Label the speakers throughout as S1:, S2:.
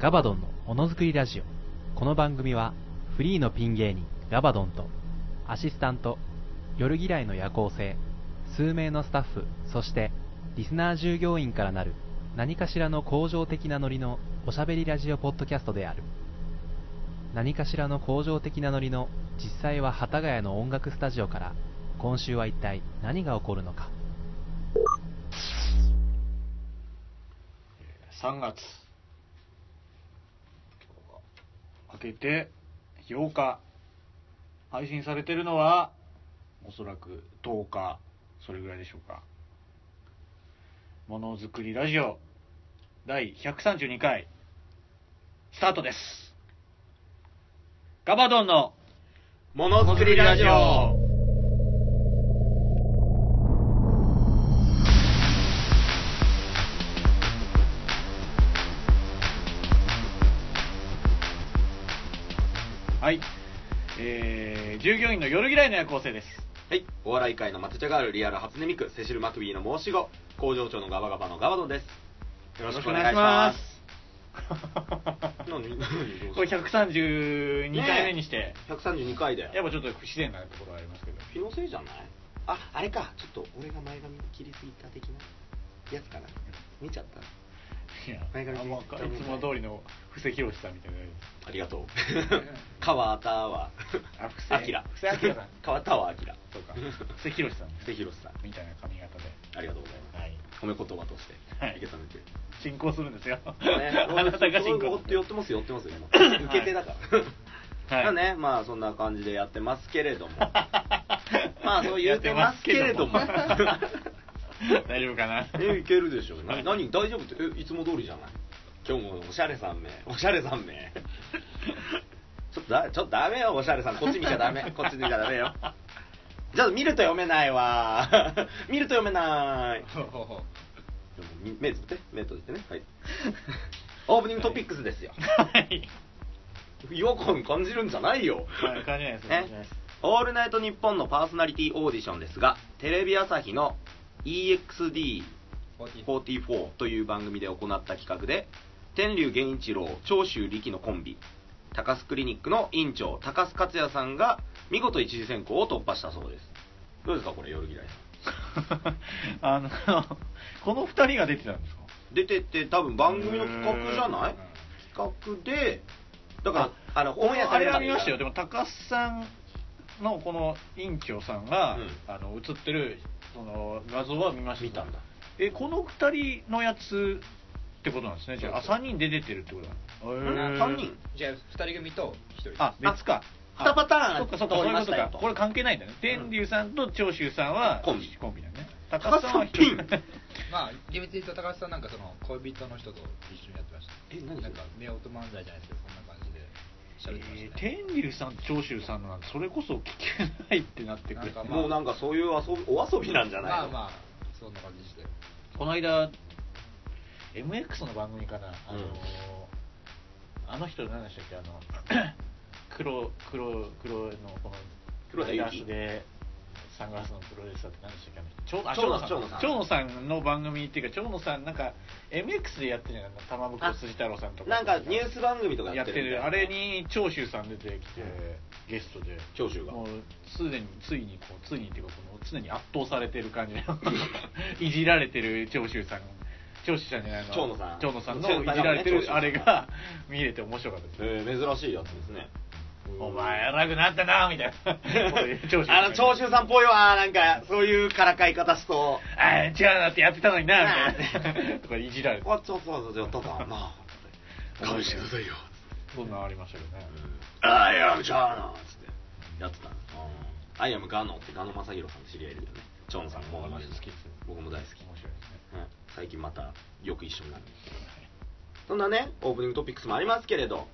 S1: ガバドンのものづくりラジオこの番組はフリーのピン芸人ガバドンとアシスタント夜嫌いの夜行性数名のスタッフそしてリスナー従業員からなる何かしらの向上的なノリのおしゃべりラジオポッドキャストである何かしらの向上的なノリの実際は幡ヶ谷の音楽スタジオから今週は一体何が起こるのか
S2: 3月明けて8日配信されてるのはおそらく10日それぐらいでしょうかものづくりラジオ第132回スタートですガバドンの
S3: ものづくりラジオ
S2: はいえー、従業員の夜嫌いの夜行性です
S3: はい、お笑い界のマテ茶ガールリアル初音ミクセシル・マクビーの申し子工場長のガバガバのガバドンですよろしくお願いします 何何どう
S2: これ
S3: した
S2: 132回目にして、
S3: 132回で
S2: やっぱちょっと不自然なところはありますけど
S3: 気のせいじゃないああれかちょっと俺が前髪切りすぎた的なやつかな見ちゃった
S2: いや
S3: 前髪
S2: あもう
S3: 全
S2: い
S3: 然
S2: つも通りの布施宏さんみたいなや
S3: ありがとう 川田は
S2: あ布施
S3: あきら
S2: 布施明さん
S3: 川田はあきら
S2: つと か布施宏さん
S3: 布施宏さん
S2: みたいな髪型で
S3: ありがとうございます
S2: はい
S3: 褒め言葉として
S2: はい
S3: 受け止めて、
S2: 進行するんですよ、
S3: ね
S2: あなたが進
S3: 追
S2: 行
S3: っ
S2: す
S3: て
S2: る
S3: 寄ってますよ、寄ってますよ、今受け手だから。
S2: はい
S3: まあね、まあそんな感じでやってます けれども。 まあそう言うてますけれども。
S2: やってますけれども 大丈夫かな
S3: え、いけるでしょう。な何、大丈夫って、え、いつも通りじゃない今日もおしゃれさんめ、おしゃれさんめ。ちょっとだ、ちょっとダメよ、おしゃれさん。こっち見ちゃダメ。こっち見ちゃダメよ。ちょっと見ると読めないわ。見ると読めない。
S2: ほうほうほう
S3: でもみ目つぶって、目閉じてね。はい。オープニングトピックスですよ。
S2: はい
S3: 違和感感じるんじゃないよ。
S2: はい感じないです感じないです
S3: オールナイトニッポンのパーソナリティオーディションですが、テレビ朝日の EXD44 という番組で行った企画で、天竜源一郎、長州力のコンビ、高須クリニックの院長、高須克也さんが見事一次選考を突破したそうです。どうですか、これ、夜嫌いさん。
S2: あのこの二人が出てたんですか
S3: 出てって、多分番組の企画じゃな
S2: う
S3: い
S2: ん
S3: 企画で、だから、あの、オンエア
S2: あ
S3: され
S2: れは
S3: なかった
S2: 見ましたよでも高須さんのこの院長さんが、
S3: うん
S2: あの映ってるその画像は見ました
S3: 見たんだ
S2: えこの2人のやつってことなんですねじゃあ
S3: そうそう
S2: 3人で出てるってことなん
S3: うん
S2: だ
S3: 三人
S4: じゃあ2人組と1人です
S2: あ別か
S3: あ二パターン
S2: あそっかそっかそういうことか
S3: 通りましたよ
S2: これ関係ないんだね天竜さんと長州さんは
S3: コンビ
S2: コンビだね
S3: 高須さんは
S2: 一人
S3: ピン
S4: まあ厳密に言うと高橋さんなんかその恋人の人と一緒にやってました
S3: え何それ
S4: なんか夫婦漫才じゃないですけどそんな感じで喋ってま
S2: え
S4: し
S2: ー
S4: たね、
S2: 天竜さんと長州さんのなんてそれこそ聞けないってなってくる
S4: なんかまあ
S3: もうなんかそういう遊びお遊びなんじゃないの
S4: まあまあそんな感じでしたよ
S2: この間 MX の番組かなあのー、
S3: うん
S2: あの人何でしたっけあの 黒黒黒のこの
S3: 黒田
S2: ライ
S3: 有
S2: ダ
S3: 希
S2: ースでサングラスのプロレスラーって何でしたっけあの
S3: 蝶
S2: 長
S3: 野
S2: 野さん
S3: 蝶野さ
S2: 蝶
S3: ん
S2: 野さんの番組っていうか蝶野さんなんか MX でやってるじゃないですか玉袋筋太郎さんとか
S3: なんかニュース番組とか
S2: や
S3: や
S2: っ
S3: ってて
S2: る
S3: る
S2: あれに長州さん出てきて、ゲストで
S3: 長州が
S2: もうすでについにこうついにっていうかこの常に圧倒されてる感 じのいじられてる長州さん長州さんじゃないの
S3: 長野さん
S2: 長野さんの
S3: 先輩
S2: い
S3: だもんね
S2: じられて
S3: 長州
S2: る
S3: さん
S2: あれが見れて面白かったです、
S3: えー珍しいやつですね
S2: お前偉くなったなみたいなこういう長州
S3: あの長州さんっぽいわなんかそういうからかい方しそ
S2: あ違うなってやってたのになみたい
S3: な
S2: なとかいじられ
S3: う
S2: て
S3: あちょっとちょっとまあ勘弁してくださいよ
S2: そんなのありましたけどね、
S3: あいやじゃあなっつってやってたアイアムガノってガノ正弘さんの知り合いいるよねチョンさんも
S2: 僕も好きです
S3: 僕も大好き
S2: 面白いですね
S3: うん最近またよく一緒になるそんなねオープニングトピックスもありますけれど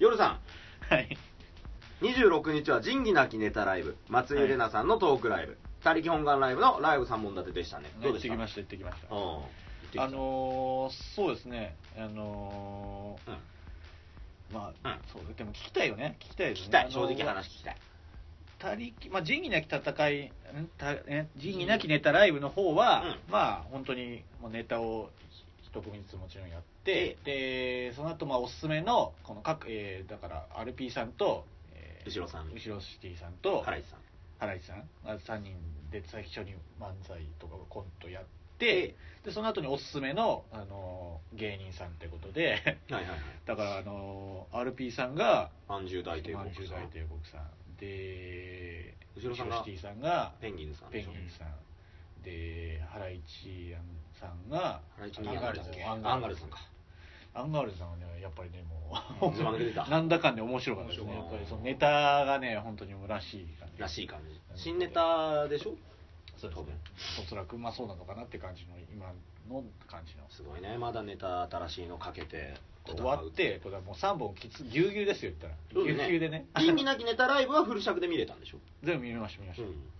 S3: 夜さん
S2: はい
S3: 26日は仁義なきネタライブ松井玲奈さんのトークライブ「他力本願ライブ」のライブ3本立てでしたねど
S2: 行
S3: うで
S2: っ
S3: してた
S2: きました行ってきました
S3: うん行ってきた
S2: あのー、そうですね、あの
S3: うん
S2: ーまあ、
S3: うん
S2: そうでも聞きたいよね、聞きたい
S3: 聞
S2: ですね、
S3: きた
S2: あ
S3: い
S2: のー
S3: 正直話聞きたい
S2: 他力まあ、仁義なき戦い、んたえ仁義なきネタライブの方は、
S3: うん
S2: まあ、本当にもうネタを6日もちろんやって、でその後まあおすすめのこの各、えーだから RP さんと、え
S3: 後ろさん
S2: 後ろシティさんと
S3: 原市さん
S2: 原井さんが3人で最初に漫才とかコントやってでその後におすすめの、あのー芸人さんってことで
S3: はいはいはい
S2: だから、あのー RP さんが
S3: 安住大帝
S2: まん
S3: 国
S2: じゅう
S3: さ
S2: 大
S3: ん
S2: 帝国さんで
S3: 後ろさんが
S2: シティさんが
S3: ペンギンさん
S2: ペン
S3: でし
S2: ギ
S3: ょ
S2: ンさんでハライチさんが
S3: ハライチ
S2: アンガールズ
S3: アンガールズアンガールズさんか
S2: アンガールズさんはねやっぱりね
S3: う
S2: も
S3: んずば抜けてた
S2: う なんだかんで面白かったですね
S3: 面
S2: やっぱ
S3: 白かった
S2: りそのネタがね本当にらしい感じ
S3: らしい感じ新ネタでしょ
S2: そうですねおそらくまあそうなのかなって感じの今の感じの
S3: すごいねまだネタ新しいのかけて
S2: 終わってこれはもう3本きつぎゅうぎゅうですよ言ったらぎゅう ぎゅうでね
S3: 倫理なきネタライブはフル尺で見れたんでしょ
S2: 全部見ました見ました、
S3: うん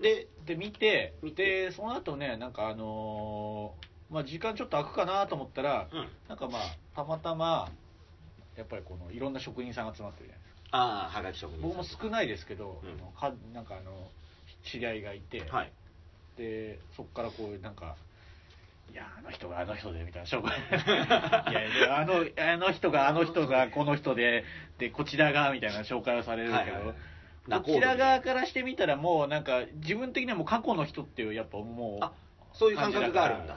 S3: で
S2: で見て
S3: 見て
S2: でその後ねなんかあのーまあ時間ちょっと空くかなと思ったら、
S3: うん
S2: なんかまあたまたまやっぱりこのいろんな職人さん集まってるじゃないですか
S3: ああはがき職人さん
S2: 僕も少ないですけど、
S3: うん
S2: あのかなんかあの知り合いがいて、
S3: はい
S2: でそこからこうなんか「いやあの人があの人で」みたいな紹介いやいやあのあの人があの人がこの人ででこちらがみたいな紹介をされるけど、
S3: はいはいはい
S2: こちら側からしてみたらもうなんか自分的にはもう過去の人っていうやっぱもう
S3: あそういう感覚があるんだ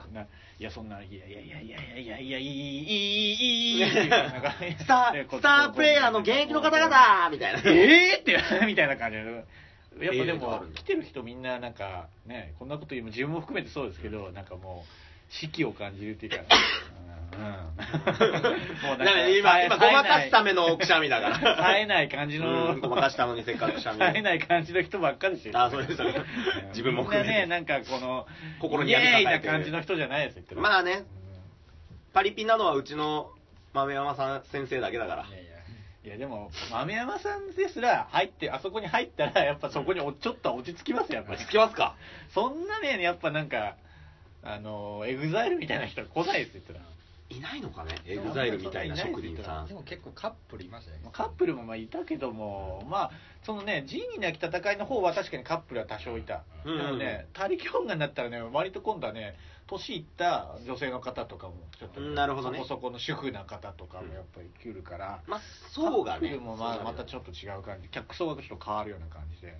S2: いやそんないやいやいやいやいやいやいいいいいいいいい
S3: スタースタープレイヤーの現役の方々みたいな
S2: えーってみたいな感じでやっぱで
S3: えーとか
S2: も
S3: あるんだ
S2: 来てる人みんななんかねこんなこと言う自分も含めてそうですけどなんかもう四季を感じるっていうかうん うんもうなんか
S3: 今今ごまかすため
S2: の
S3: のくしゃみだから
S2: 冴えない感じの
S3: うんごまかしたのにせっかくくしゃみ
S2: 冴えない感じの人ばっかりですよ
S3: あそうですそうです
S2: うん
S3: 自分も含めて
S2: みんなねなんかこの
S3: 心に
S2: イ
S3: 闇抱
S2: エー
S3: え
S2: イ
S3: てる
S2: な感じの人じゃないですよ言ってる
S3: まあねパリピなのはうちの豆山さん先生だけだから
S2: いやいやいやでも豆山さんですら入ってあそこに入ったらやっぱそこにおちょっとは落ち着きますよやっぱり
S3: つきますか
S2: そんなねやっぱなんかあのエグザイルみたいな人は来ないですよ言ったら
S3: いないのかねエグザイルみたいな職人さん
S4: でも結構カップルいましたね
S2: まあカップルもまあいたけども、まあ、そのね、仁義なき戦いの方は確かにカップルは多少いた。
S3: うん
S2: でもね、他力本願になったらね、割と今度はね、年いった女性の方とかも、ちょっと、
S3: うんなるほどね
S2: そこそこの主婦な方とかもやっぱり来るから、
S3: まあそうが
S2: カップ
S3: ね
S2: ルもまあまたち
S3: ょっ
S2: ょっと違う感じ、客層がちょっと変わるような感じで。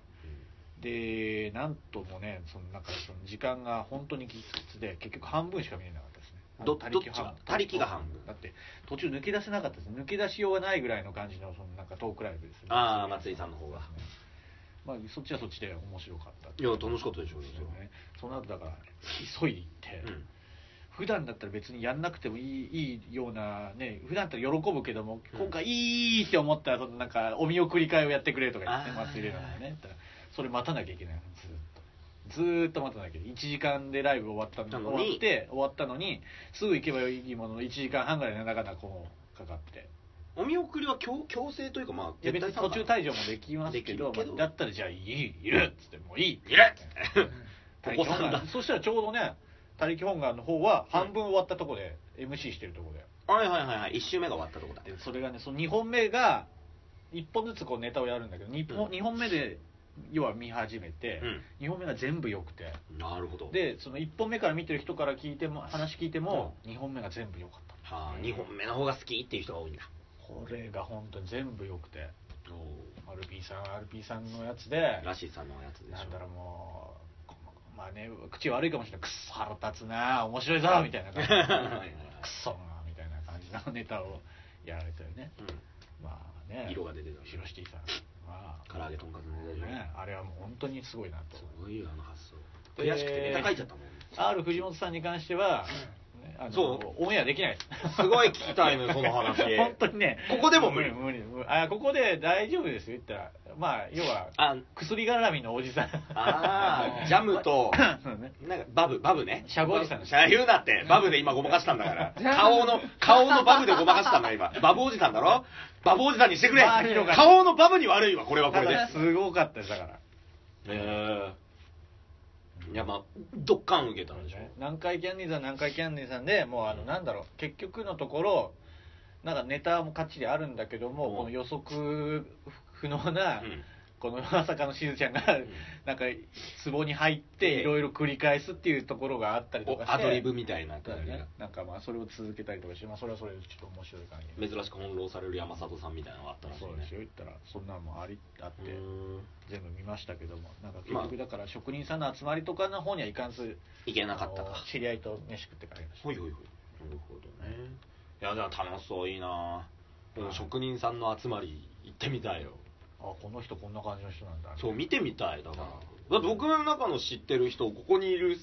S2: で、なんともね、そのなんかその時間が本当にきつで、結局半分しか見えなかったですね。
S3: ど
S2: 他力半
S3: どっちが他力が半分
S2: だって、途中抜け出せなかったです。抜け出しようがないぐらいの感じの、そのなんかトークライブですね。
S3: ああ松井さんの方が
S2: まあ、そっちはそっちで面白かったって
S3: いや楽しかったでしょうね
S2: ですよね。その後だから、急いで行って、
S3: うん
S2: 普段だったら別にやんなくてもいいいいようなね普段だったら喜ぶけども、
S3: うん
S2: 今回いいって思ったらそのなんかお見送り会をやってくれとか言って
S3: あー
S2: 松井玲奈がねだからそれ待たなきゃいけないずーっとずーっと待たなきゃいけない1時間でライブ終わった
S3: な
S2: の
S3: のに
S2: 終わって終わったのにすぐ行けばいいものの1時間半ぐらいなかなかこうかかって
S3: お見送りは強強制というかまあ
S2: いや別に途中退場もできますけど
S3: できるけど
S2: まあだったらじゃあいいいるっつってもういいって
S3: いるっつって
S2: 他力
S3: お子さ
S2: 本
S3: んだ
S2: 願そしたらちょうどね他力本願の方は半分終わったとこで MC してるとこで。
S3: はいはいはいはい1周目が終わったとこだ
S2: でそれがねその2本目が1本ずつこうネタをやるんだけど 2, 本
S3: うん
S2: 二本目で要は見始めて、
S3: うん
S2: 二2本目が全部良くて
S3: なるほど
S2: でその1本目から見てる人から聞いても話聞いても、二2本目が全部良かった
S3: はあ2本目の方が好きっていう人が多いんだ
S2: これが本当に全部良くて
S3: お
S2: RP さん RP さんのやつで
S3: らしいさんのやつでし
S2: なんだろ
S3: ょ
S2: うもうこまあね口悪いかもしれないくっそ腹立つな面白いぞみたいな感じでくっそなみたいな感じのネタをやられたよねまあね
S3: 色が出てた
S2: ヒロシティさんまあ
S3: 唐揚げとんかつのネタじゃない
S2: ね、あれはもう本当にすごいなと
S3: すごいよあの発想
S2: で
S3: 悔しくてネタ書いちゃったもん
S2: R 藤本さんに関しては、ねあの
S3: そ
S2: オンエアできないです
S3: すごい聞きたいのよその話
S2: 本当にね
S3: ここでも無理
S2: 無理無理あここで大丈夫ですよ言ったらまあ要は
S3: あ
S2: 薬絡みのおじさん
S3: あージャ ムと
S2: そうね
S3: なんかバブバブね
S2: シャボおじさん
S3: シャ言うなってバブで今ごまかしたん だから顔の顔のバブでごまかしたんだ今バブおじさんだろバブおじさんにしてくれ
S2: まあ広がる
S3: 顔のバブに悪いわこれはこれ
S2: だ
S3: で
S2: からすごかったですだから
S3: ええいやまあドッカン受けたんでしょ
S2: 南海キャンディーズは南海キャンディーズさんでもうあのなんだろう結局のところなんかネタもかっちりあるんだけども、
S3: うん
S2: この予測不能な、
S3: うん
S2: このまさかのしずちゃんが、なんか、壺に入って、いろいろ繰り返すっていうところがあったりとかして。
S3: アドリブみたいな
S2: だ
S3: 感
S2: よ
S3: じが
S2: ね。なんかまあ、それを続けたりとかして、まあ、それはそれでちょっと面白い感じ。
S3: 珍しく翻弄される山里さんみたいなのがあったらしい
S2: そう
S3: ね
S2: ですよ、言ったら、そんなのもあり、あって。
S3: うん
S2: 全部見ましたけどもなんか結
S3: まあ
S2: 局だから職人さんの集まりとかの方にはいかんず
S3: いけなかったか
S2: あの知り合いと飯食って帰りました
S3: ほいほいほいなるほどねいやでも楽しそういいなこの職人さんの集まり行ってみたいよ
S2: あこの人こんな感じの人なんだ
S3: そう見てみたいだから
S2: あ
S3: だって僕の中の知ってる人ここにいる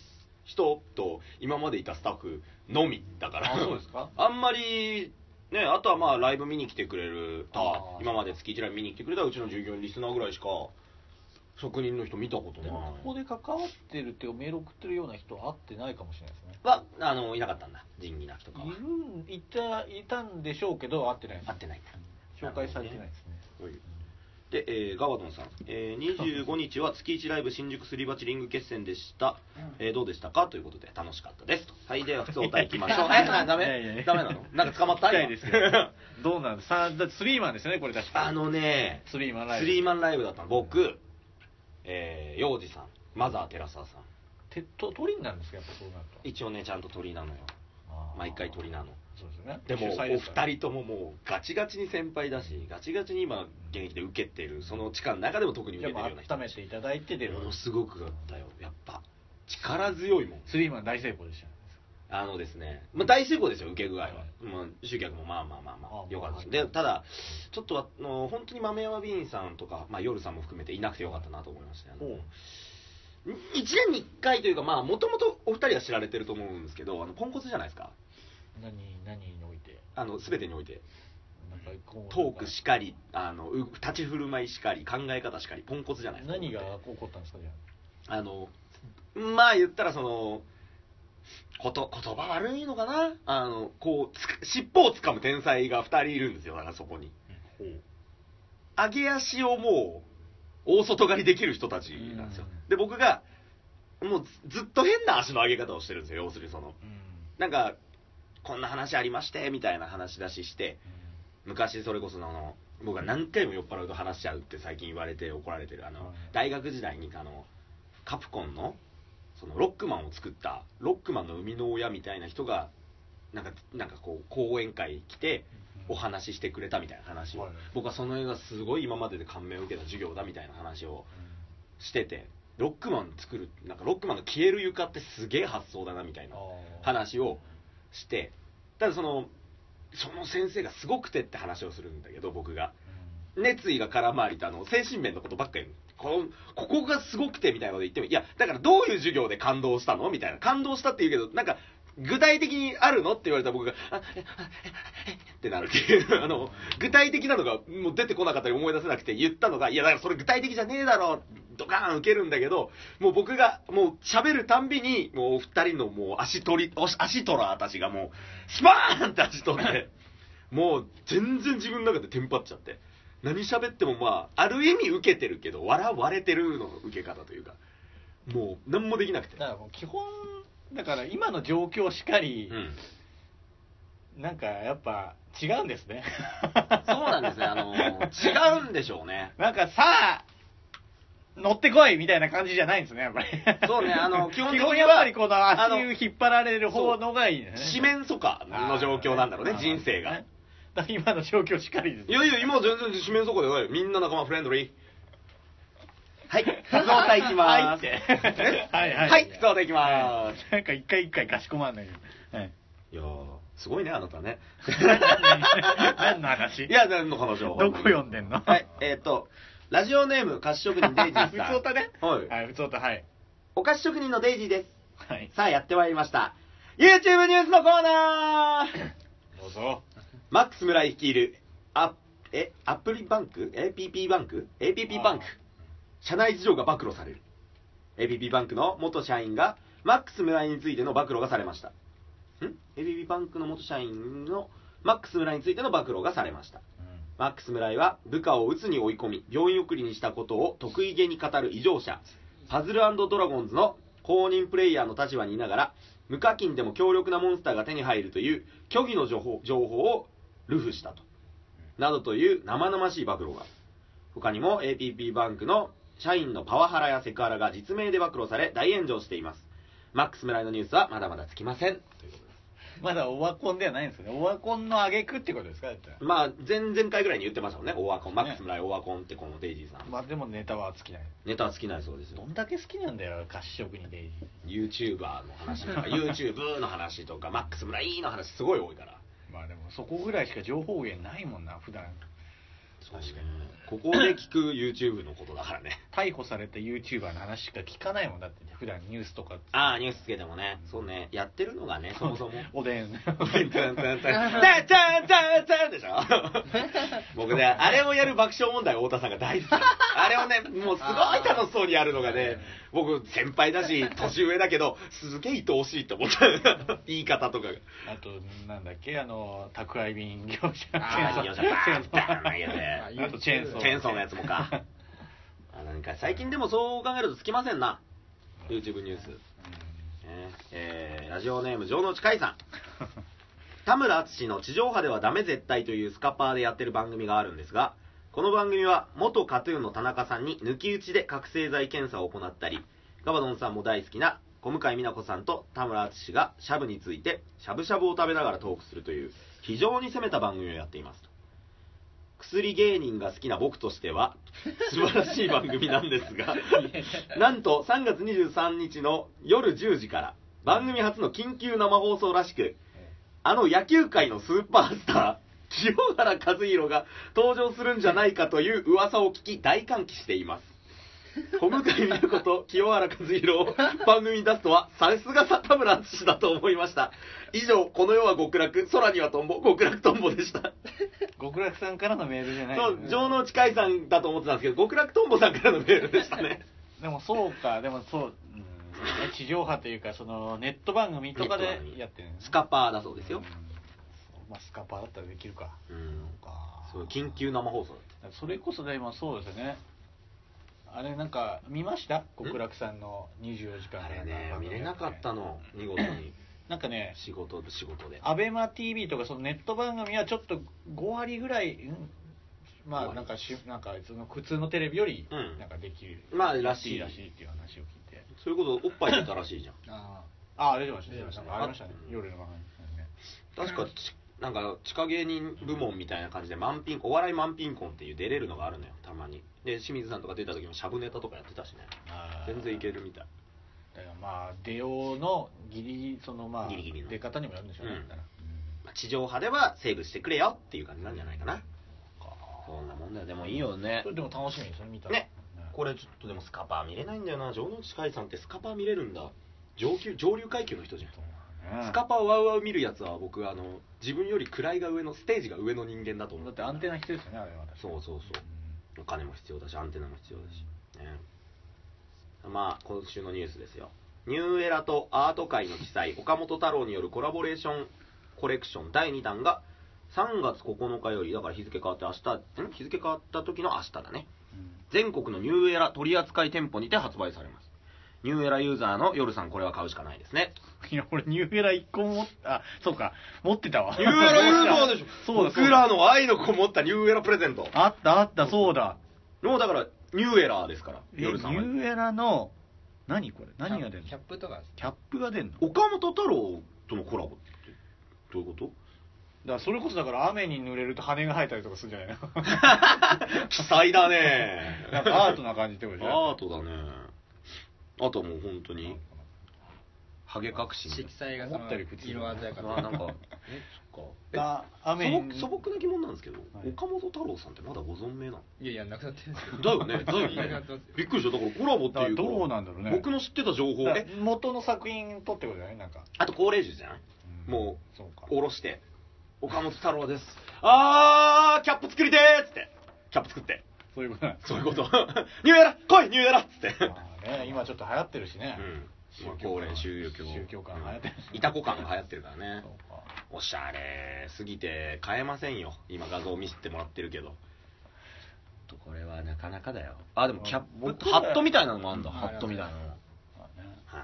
S3: 人と今までいたスタッフのみだから
S2: あそうですか
S3: あんまりねあとはまあライブ見に来てくれるた
S2: あー
S3: 今まで月1ライブ見に来てくれたうちの従業員リスナーぐらいしか職人の人見たことな
S2: で
S3: い
S2: もここで関わってるっていうメール送ってるような人は会ってないかもしれないですね
S3: はあのいなかったんだ仁義なきとかはい
S2: るんいたいたんでしょうけど会ってないです
S3: 会ってないんだ
S2: 紹介されてないですね
S3: で、えーガワドンさん、えー25日は月1ライブ新宿すり鉢リング決戦でした、えーどうでしたかということで楽しかったですとはいでは普通お題いきましょう えなダ
S2: いやいやい
S3: メ
S2: や
S3: ダメなのなんか捕まった
S2: 聞きたいです
S3: 今
S2: けどどうなんですかだってスリーマンですよねこれ確か
S3: あのね
S2: スリーマンライ
S3: ス
S2: ブ
S3: リーマンライブだったの僕えー、幼児さんマザー寺澤さん
S2: てと鳥になるんですかやっぱそうなると
S3: 一応ねちゃんと鳥なのよ
S2: あー
S3: 毎回鳥なの
S2: そうですよね
S3: でも
S2: 主催
S3: お
S2: すから
S3: 二人とももうガチガチに先輩だしガチガチに今現役で受けてるその力の中でも特に受
S2: やっ
S3: けてるような
S2: ぱ
S3: 人
S2: 温めていただいてで
S3: ものすごくあったよやっぱ力強いもん
S2: スリーマン大成功でしたね
S3: あのですね、まあ、大成功ですよ受け具合は、まあ、集客もまあまあまあま
S2: あ
S3: あよかったです
S2: まあ
S3: でただちょっとあの本当に豆山ビーンさんとか、まあ、夜さんも含めていなくてよかったなと思いましたねあの
S2: おう
S3: 1年に1回というかまあもともとお二人は知られてると思うんですけどあのポンコツじゃないですか
S2: 何何において
S3: あの全てにおいて
S2: なんかこう
S3: トークしかりあのう立ち振る舞いしかり考え方しかりポンコツじゃないですか
S2: 何が起こったんですかじゃあ
S3: あの、まあ言ったらその、こと、言葉悪いのかなあの、こう、つか尻尾をつかむ天才が2人いるんですよ、だからそこに。上げ足をもう、大外刈りできる人たちなんですよ
S2: うん。
S3: で、僕が、もうずずっと変な足の上げ方をしてるんですよ、要するにその。なんか、こんな話ありまして、みたいな話出しして、昔それこそあの僕が何回も酔っ払うと話しちゃうって最近言われて怒られてるあ
S2: は
S3: の
S2: い
S3: 大学時代にあのカプコンのそのロックマンを作ったロックマンの生みの親みたいな人がなんかなんかこう講演会来てお話ししてくれたみたいな話を
S2: はい
S3: 僕はその映画すごい今までで感銘を受けた授業だみたいな話をしててロックマン作るなんかロックマンの消える床ってすげえ発想だなみたいな話をしてただそのその先生がすごくてって話をするんだけど僕が熱意が空回りとあの精神面のことばっかり言うこのここがすごくてみたいなこと言ってもいやだからどういう授業で感動したのみたいな感動したって言うけどなんか具体的にあるのって言われた僕が「あえあえええってなるっていう あの具体的なのがもう出てこなかったり思い出せなくて言ったのが「いやだからそれ具体的じゃねえだろ」ドカーン受けるんだけどもう僕がもう喋るたんびにもうお二人のもう足取りお足取ら私がもうスパーンって足取って。もう全然自分の中でテンパっちゃって何喋ってもまあある意味受けてるけど笑われてるの受け方というかもう何もできなくて
S2: だからもう基本だから今の状況しかり
S3: う、ん
S2: なんかやっぱ違うんですね
S3: そうなんですねあ の違うんでしょうね
S2: なんかさあ乗ってこいみたいな感じじゃないんですねやっぱり
S3: そうね あの基
S2: 基
S3: 本
S2: 本
S3: 的には
S2: やっぱりこの
S3: あ
S2: 足
S3: の
S2: 湯引っ張られる方のがいいね
S3: 四面楚歌の状況なんだろうね
S2: あー
S3: 人生が
S2: ねだから今の状況しかりです
S3: いやいや今は全然四面楚歌ではないよみんな仲間フレンドリーはい、
S2: は
S3: 普通歌いきまーす。
S2: はいって
S3: え
S2: はいはい
S3: はい、普通歌いきまーす。
S2: なんか一回一回かしこまんないけど、はい、
S3: いやー、すごいね、あなたね。
S2: 何の話
S3: いや、何の話を。
S2: どこ読んでんの
S3: はい、えっ、と、ラジオネーム、菓子職人デイジ ー
S2: 普
S3: さん。
S2: 通歌ね
S3: はい
S2: はい普通歌はい
S3: お菓子職人のデイジーです。
S2: はい
S3: さあ、やってまいりました。YouTube ニュースのコーナー
S2: どうぞ
S3: マックス村井率いる、あ、え、アプリバンク ?APP バンク ?APP バンク
S2: あ。
S3: 社内事情が暴露される。APP バンクの元社員が、マックス村井についての暴露がされました。ん ?APP バンクの元社員の、マックス村井についての暴露がされました。マックス村井は部下を鬱に追い込み病院送りにしたことを得意げに語る異常者パズルドラゴンズの公認プレイヤーの立場にいながら無課金でも強力なモンスターが手に入るという虚偽の情報情報を流布したとなどという生々しい暴露が他にも APP バンクの社員のパワハラやセクハラが実名で暴露され大炎上しています。マックス村井のニュースはまだまだつきません。ということで
S2: まだオワコンではないんですよね。オワコンの挙句ってことですかだって。
S3: まあ、前々回ぐらいに言ってましたもんね。オワコン、マックス村井オワコンってこのデイジーさん。
S2: まあでもネタは尽きない。
S3: ネタは尽きないそうですよ
S2: ど。んだけ好きなんだよ、菓子職にデイジ
S3: YouTuber の 話とか、YouTube の話とか、マックス村井の話すごい多いから。
S2: ー。まあでもそこぐらいしか情報源ないもんな、普段。確かに。
S3: ここで聞く YouTube のことだからね。
S2: 逮捕された YouTuber の話しか聞かないもんだって、普段ニュースとか。
S3: ああ、ニュースつけてもね。そうね。やってるのがね、そもそも。
S2: おで ん。
S3: タンタンタンタンタンタンタンで しょ僕ね、あれをやる爆笑問題太田さんが大好き。あれをね、もうすごい楽しそうにやるのがね、僕先輩だし、年上だけど、すげえ愛おしいって 思った。言い方とかが。
S2: あと、なんだっけ、あの、宅配便業者。
S3: あー
S2: チェーンソー
S3: 業者バー
S2: チェーン
S3: ン
S2: ソー
S3: バーン投げて
S2: ああとチェーンソー。
S3: チェーンソーのやつもか。あなんか最近でもそう考えるとつきませんな。YouTube ニュース。ねえーラジオネーム、城之内海さん。田村淳の地上波ではダメ絶対というスカパーでやってる番組があるんですが、この番組は元カトゥーンの田中さんに抜き打ちで覚醒剤検査を行ったり、ガバドンさんも大好きな小向井美奈子さんと田村淳がシャブについてしゃぶしゃぶを食べながらトークするという非常に攻めた番組をやっていますと。薬芸人が好きな僕としては素晴らしい番組なんですが、なんと3月23日の夜10時から番組初の緊急生放送らしく、あの野球界のスーパースター、清原和博が登場するんじゃないかという噂を聞き大歓喜しています。小向井美奈子と清原和博を番組に出すとは、さすが田村淳だと思いました。以上、この世は極楽、空にはトンボ、極楽トンボでした。
S2: 極楽さんからのメールじゃない
S3: そ
S2: よ
S3: う
S2: ね、
S3: 城之内海さんだと思ってたんですけど、極楽トンボさんからのメールでしたね。
S2: でもそうか、でもそう、うんね地上波というか、そのネット番組とかでやってる
S3: スカパーだそうですよ
S2: うん。そうまあ、スカパーだったらできるか。
S3: うん
S2: そうか
S3: そう緊急生放送だって。
S2: それこそね、今そうですよね。あれなんか見ました極楽さんの24時間
S3: あれね、見れなかったの、見事に。
S2: なんかね
S3: 仕事、仕事で。
S2: アベマ t v とかそのネット番組はちょっと5割ぐらい、うんまあなんかしなんかその普通のテレビより
S3: うん
S2: なんかできる、
S3: まあらしい
S2: らしいっていう話を聞いて
S3: そういうこと、おっぱい出たらしいじゃん。
S4: ああ
S2: ああ出てました
S4: 出
S2: 出
S4: て
S2: てました
S4: まし
S2: たありましたね
S3: うん
S2: 夜の番組ですね
S3: 確かち、なんか、地下芸人部門みたいな感じで、満品、お笑い満品コンっていう出れるのがあるのよ、たまに。で、清水さんとか出た時も、しゃぶネタとかやってたしね。全然いけるみたい。
S2: だからまあ出ようのギリギリそのまあ
S3: ギリギリの
S2: 出方にもよるんでしょうね、
S3: うん
S2: だったら
S3: まあ地上波ではセーブしてくれよっていう感じなんじゃないかな。そんなもんだよ、でもいいよね
S2: そ。れでも楽しみですね見たら
S3: ねこれちょっとでもスカパー見れないんだよな、城之内海さんってスカパー見れるんだ。上級、上流階級の人じゃん。スカ
S2: パ
S3: パーワウワウ見るやつは僕あの自分より位が上のステージが上の人間だと思
S2: だ
S3: う
S2: ってアンテナ必要ですよねあれは
S3: そうそうそうお金も必要だしアンテナも必要だし、ね、まあ今週のニュースですよニューエラとアート界の記載岡本太郎によるコラボレーションコレクション第2弾が3月9日よりだから日付変わって明日ん日付変わった時の明日だね全国のニューエラ取扱店舗にて発売されますニューエラユーザーの夜さんこれは買うしかないですね
S2: いや俺ニューエラ1個も持っあそうか持ってたわ
S3: ニューエラユーザーでしょ
S2: そうだ
S3: 僕らの愛のこもったニューエラプレゼント
S2: あったあったそうだ
S3: もうだからニューエラーですから
S2: えニ
S3: 夜さんは
S2: ューエラの何これ何が出るの
S4: キャップとかです
S2: キャップが出るのだか
S3: 岡本太郎とのコラボってどういう こと
S2: らそれこそだから雨に濡れると羽が生えたりとかするんじゃないの
S3: 記載だね
S2: なんかアートな感じってことじゃない
S3: アートだねあともう本当にハゲ隠し
S4: 色彩がそ
S2: 思
S4: の
S2: ったより普通
S4: 色鮮やか
S3: あなんかえそっか
S2: あ雨
S3: え
S2: に
S3: 素朴素朴な疑問なんですけど、
S2: い
S3: 岡本太郎さんってまだご存命なの
S4: いやいやなくなってるんですよ
S3: だよねだ よ
S4: なくな
S3: ね
S4: ってますよ
S3: びっくりしただからコラボっていう
S2: だ
S3: か
S2: からどうなんだろうね
S3: 僕の知ってた情報
S2: だから
S3: え
S2: 元の作品とってことじゃないなんか
S3: あと高齢樹じゃん
S2: うん
S3: もう
S2: そうか
S3: 下ろして「岡本太郎ですあーキャップ作りてー」っつってキャップ作って
S2: そういうこと なん
S3: そういうこと ニューエラ来いニューエラっつって
S2: まあね今ちょっと流行ってるしね、
S3: うんまあ高齢宗教
S2: 宗教感流行ってる
S3: いたこ感が流行ってるからね
S2: そうか
S3: おしゃれすぎて買えませんよ今画像見せてもらってるけどちょっとこれはなかなかだよあでもキャップ
S2: 僕
S3: ハットみたいなのもあんだ
S4: うん
S3: ハットみたいなの
S2: まあね
S3: は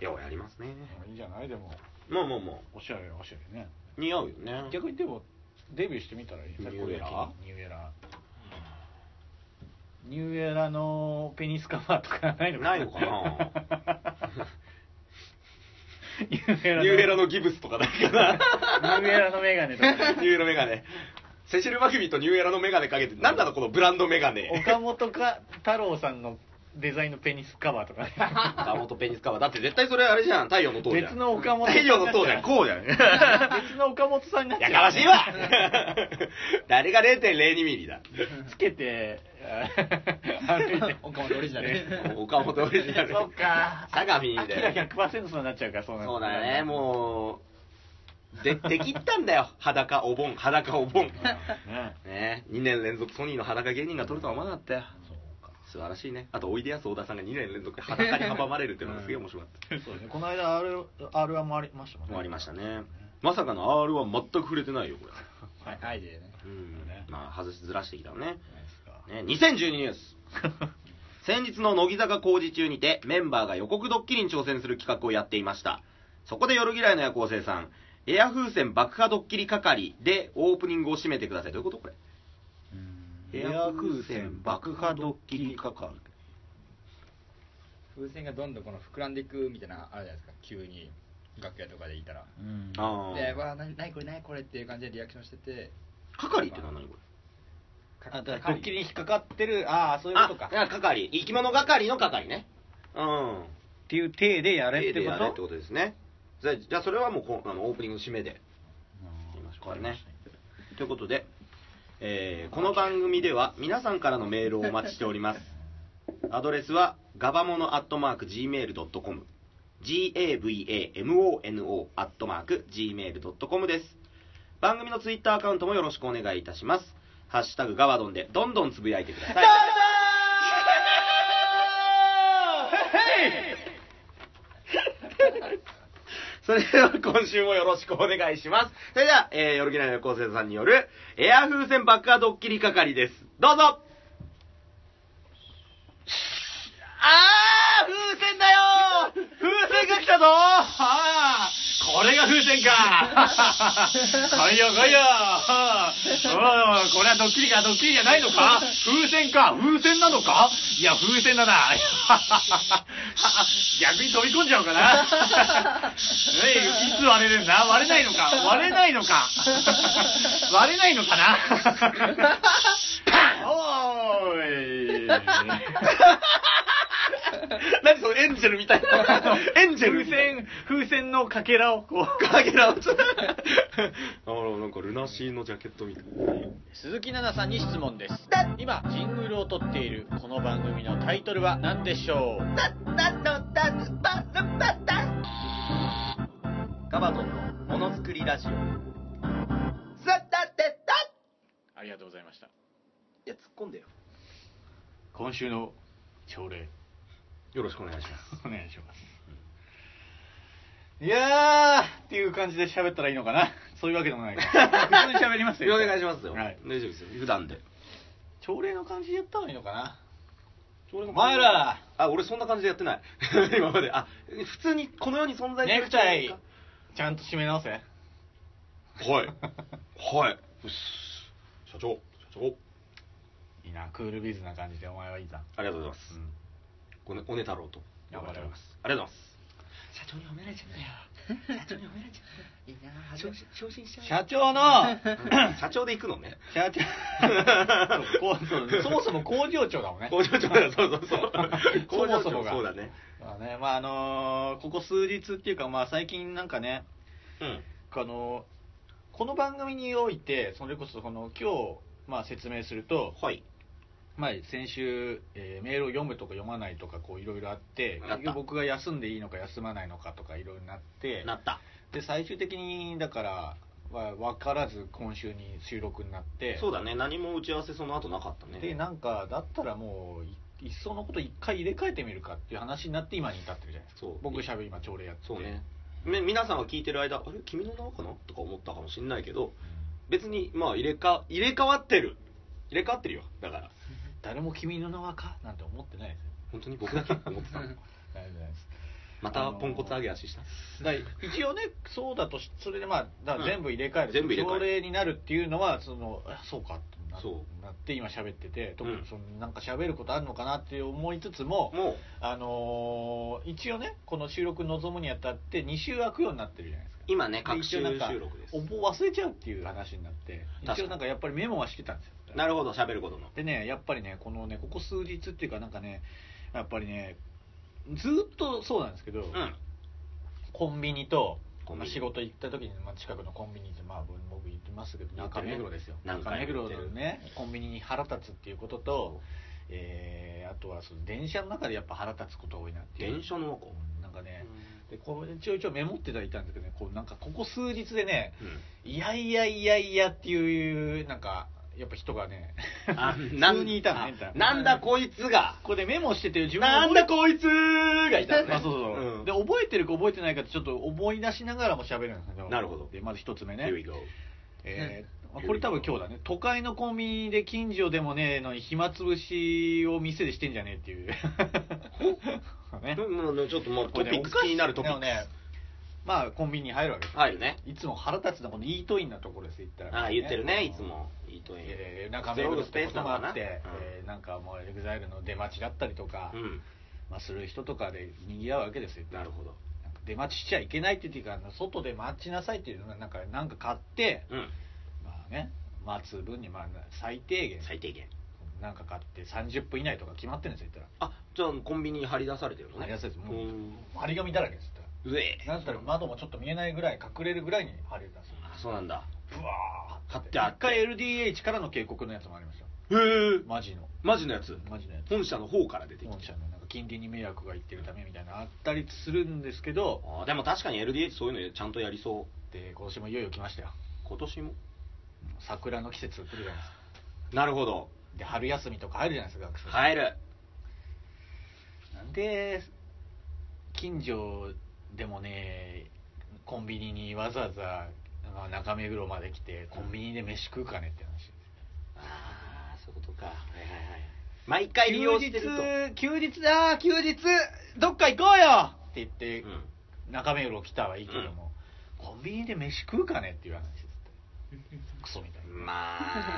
S3: あようやりますね
S2: でもいいじゃないでも
S3: もうもうも
S2: おしゃれはおしゃれね
S3: う似合うよね
S2: 逆にでもデビューしてみたらいい
S3: ニューエラー
S2: ニューエラーニューエラのペニスカバーとかないのか
S3: ないのかな
S2: ニューエラ
S3: ニューエラのギブスとかだけ かな。
S2: ニューエラのメガネとかね
S3: ニューエラメガネ。セシル・マキビとニューエラのメガネかけて、なんなのこのブランドメガネ。
S2: 岡本か太郎さんのデザインのペニスカバーとかね
S3: 岡本ペニスカバー。だって絶対それあれじゃん。太陽の塔じゃん。
S2: 別の岡本
S3: 太陽の塔じゃん。こうじゃん。
S2: 別の岡本さんになっちゃう
S3: やかましいわ 誰が0.02ミリだ。
S2: つけてあ歩いて
S4: 岡本オリジナル
S3: 岡本オリジナル。
S2: そっか
S3: 相模
S2: アキラ
S3: で。
S2: 100%そうになっちゃうからそうな
S3: そうだね、もう。で、できったんだよ。裸お盆、裸お盆。
S2: う、ね、
S3: ね2年連続ソニーの裸芸人が取るとは思わなかったよ。素晴らしいね。あと、おいでやす小田さんが2年連続で裸に阻まれるっていうのがすげえ面白かった。
S2: そうですねこの間 R R1 もありましたもんね
S3: 終わりましたね。まさかの R は全く触れてないよ、これ。
S4: はい、はいでね。
S3: うん
S2: ね。
S3: まあ、外しずらしてきたのね。
S2: ないですか
S3: ね、2012ニュース。先日の乃木坂工事中にて、メンバーが予告ドッキリに挑戦する企画をやっていました。そこで夜嫌いの夜行性さん、エア風船爆破ドッキリ係でオープニングを締めてください。どういうことこれ。
S2: エア風船爆破ドッキリ係。
S4: 風船がどんどんこの膨らんでいくみたいな、あるじゃないですか。急に楽屋とかでいたら。
S5: うん
S3: あ
S4: で、わあ、なないこれないこれっていう感じでリアクションしてて。
S3: あ。係って何何これ。
S4: か
S2: あだからドッキリに引っかかってるああそういうことか
S3: あ、なん係。生き物係の係ね。うん。
S2: っていう体でやれって
S3: で
S2: こ
S3: やれって
S2: と
S3: ことですね。じゃあ、じゃあそれはもうこあのオープニングの締めで。言いましょうかね。ということで、えーこの番組では皆さんからのメールをお待ちしております。アドレスは、ガバモノアットマーク Gmail.com、gavamono アットマーク Gmail.com です。番組のツイッターアカウントもよろしくお願いいたします。ハッシュタグガバドンでどんどんつぶやいてください。どうぞそれでは今週もよろしくお願いします。それでは、えー、夜嫌いの高生さんによる、エア風船爆破ドッキリ係です。どうぞあー風船だよ風船が来たぞはーこれが風船か
S2: はいやはいやはあおいこれはドッキリかドッキリじゃないのか風船か風船なのかいや風船だな 逆に飛び込んじゃおうかなえいいつ割れるんだ割れないのか割れないのか割れないのかなお ーい
S3: 何そのエンジェルみたいな。 エンジェ
S2: 風
S3: ルみたいな
S2: 船風船のかけらをこう
S3: かけらをちょっと。あら、なんかルナシーのジャケットみたいな。
S5: 鈴木奈々さんに質問です今ジングルを撮っているこの番組のタイトルは何でしょう
S3: ガバドンのものづくりラジオ。
S5: ありがとうございました
S3: いや、突っ込んでよ。
S2: 今週の朝礼
S3: よろしくお願いします。
S2: お願いしますいやーっていう感じで喋ったらいいのかなそういうわけでもないから普通に喋りますよ
S3: お願いしますよ。
S2: はい
S3: 大丈夫ですよ。普段で。
S2: 朝礼の感じでやった方がいいのかなお前ら
S3: あ、俺そんな感じでやってない。 今まで。あ、普通にこの世に存在する
S2: ネクタイちゃんと締め直せ
S3: はい。はい。うっす社長、社長。
S2: いいなクールビズな感じでお前はいいな
S3: ありがとうございます。ごね、おね太郎と。
S2: 頑張ります。
S3: ありがとうございます。
S2: 社長の
S3: 社長で行くのね。
S2: 社長そうこうそうそもそも工場長だもんね
S3: 工場長だ、そうそうそう。工 場
S2: そもそも
S3: 長
S2: が
S3: そうだね。
S2: まあねまああのーここ数日っていうかまあ最近なんかね
S3: うん。
S2: あのこの番組においてそれこそこの今日、まあ、説明すると、
S3: はい。
S2: まあ、先週、えーメールを読むとか読まないとかこういろいろあって
S3: なった
S2: 結局僕が休んでいいのか休まないのかとかいろいろなって
S3: なった。
S2: で最終的にだからは分からず今週に収録になって
S3: そうだね。何も打ち合わせその後なかった
S2: で
S3: ね。
S2: なんかだったらもういいっそのこと一回入れ替えてみるかっていう話になって今に至ってるじゃないですか
S3: そう
S2: 僕喋り今朝礼やってて
S3: そうね。み皆さんが聞いてる間、あれ君の名はかなとか思ったかもしれないけど、別に、まあ、入れか、入れ替わってる。入れ替わってるよ。だから。
S2: 誰も君の名はかなんて思ってないですよ
S3: 本当に僕だけ思ってたの
S2: 大丈夫です
S3: またポンコツ揚げ足した
S2: だから一応ね、そうだとし、それでまあ、だから全部入れ替える、
S3: うん全部入れ替える
S2: 条例になるっていうのは、その、あそうかってな
S3: そ
S2: なって、今喋ってて、特
S3: うん
S2: にその、なんか喋ることあるのかなって思いつつも、
S3: もう
S2: あのー一応ね、この収録望むにあたって、2週空くようになってるじゃないですか。
S3: 今ね
S2: で
S3: 各
S2: 一
S3: 週
S2: 応なんか
S3: 収録です
S2: おぼ忘れちゃうっていう話になって、
S3: 確か
S2: 一
S3: に
S2: 応なんかやっぱりメモはしてたんですよ。
S3: なるほど喋ることの
S2: でね、やっぱりね、このね、ここ数日っていうか、なんかね、やっぱりね、ずーっとそうなんですけど、
S3: うん
S2: コンビニと、
S3: コンビ
S2: まあ、
S3: ニ
S2: 仕事行った時に、まあ、近くのコンビニって、まあ、僕僕行ってますけど、
S3: 中目黒ですよ
S2: 中目黒
S3: 中目黒
S2: の
S3: で
S2: ね、コンビニに腹立つっていうことと、えーあとはその電車の中でやっぱ腹立つこと多いなっていう。
S3: 電車の子
S2: なんかね、でこうちょいちょいメモってたいたんですけどね、こうなんかここ数日でね、
S3: う
S2: いやいやいやいやっていう、なんか、やっぱ人がね、
S3: ん あ
S2: 普通にいたのね。
S3: あ
S2: みい
S3: なんだこいつが
S2: これでメモしてて、自分
S3: なんだこいつがい たのね
S2: ま あそうそうそう、
S3: うん
S2: で、覚えてるか覚えてないかちょっと思い出しながらも喋るんですけど。
S3: なるほど
S2: で、まず一つ目
S3: Here we
S2: ね。
S3: go
S2: えーまあこれ多分今日だね。都会のコンビニで近所でもねえのに暇つぶしを店でしてんじゃねえ っていう。ね。
S3: もうねちょっともう
S2: こ
S3: ト
S2: れね
S3: ピックス気になるト
S2: で
S3: ピッ
S2: も
S3: ク
S2: ね
S3: ス、
S2: まあコンビニに入るわけです。
S3: 入るね
S2: いつも腹立つのはこのイートインなところです、言ったら、
S3: ああ言ってるねいつ。もいいといい
S2: えー、中目黒ってこともあって、
S3: うん
S2: えーなんかもうエグザイルの出待ちだったりとか、
S3: うん
S2: まあ、する人とかで賑わうわけですよ。
S3: なるほど
S2: なんか出待ちしちゃいけないっていうか、外で待ちなさいっていうのは、なんか、なんか買って、
S3: うん
S2: まあね、待つ分に、まあ、最低限、
S3: 最低限
S2: なんか買って30分以内とか決まってるんですよ、言っ
S3: あじゃあコンビニに張り出されてるの
S2: たら。ありがたいです。も
S3: う、
S2: うん張り紙だらけです、言っ
S3: うえ
S2: たら。なんだったら窓もちょっと見えないぐらい、隠れるぐらいに貼れたんですよ。
S3: あそうなんだ
S2: ブワー
S3: 貼ってあって
S2: 一回 LDH からの警告のやつもありましたよ。
S3: へえ
S2: マジの。
S3: マジのやつ
S2: マジのやつ。
S3: 本社の方から出てきた
S2: 本社のなんか近隣に迷惑がいってるためみたいなのあったりするんですけど、
S3: あーでも確かに LDH そういうのちゃんとやりそう
S2: で、今年もいよいよ来ましたよ。
S3: 今年も
S2: 桜の季節来るじゃないですか。
S3: なるほど
S2: で春休みとか入るじゃないですか学生、
S3: 入る
S2: なんで近所でもねコンビニにわざわざ、まあ、中目黒まで来てコンビニで飯食うかねって話です
S3: ああそういうことかはいはいはい毎回利用してると
S2: 休日休日あー休日どっか行こうよって言って、
S3: うん
S2: 中目黒来たはいいけども、コンビニで飯食うかねっていう話ですってクソみたいな、
S3: ま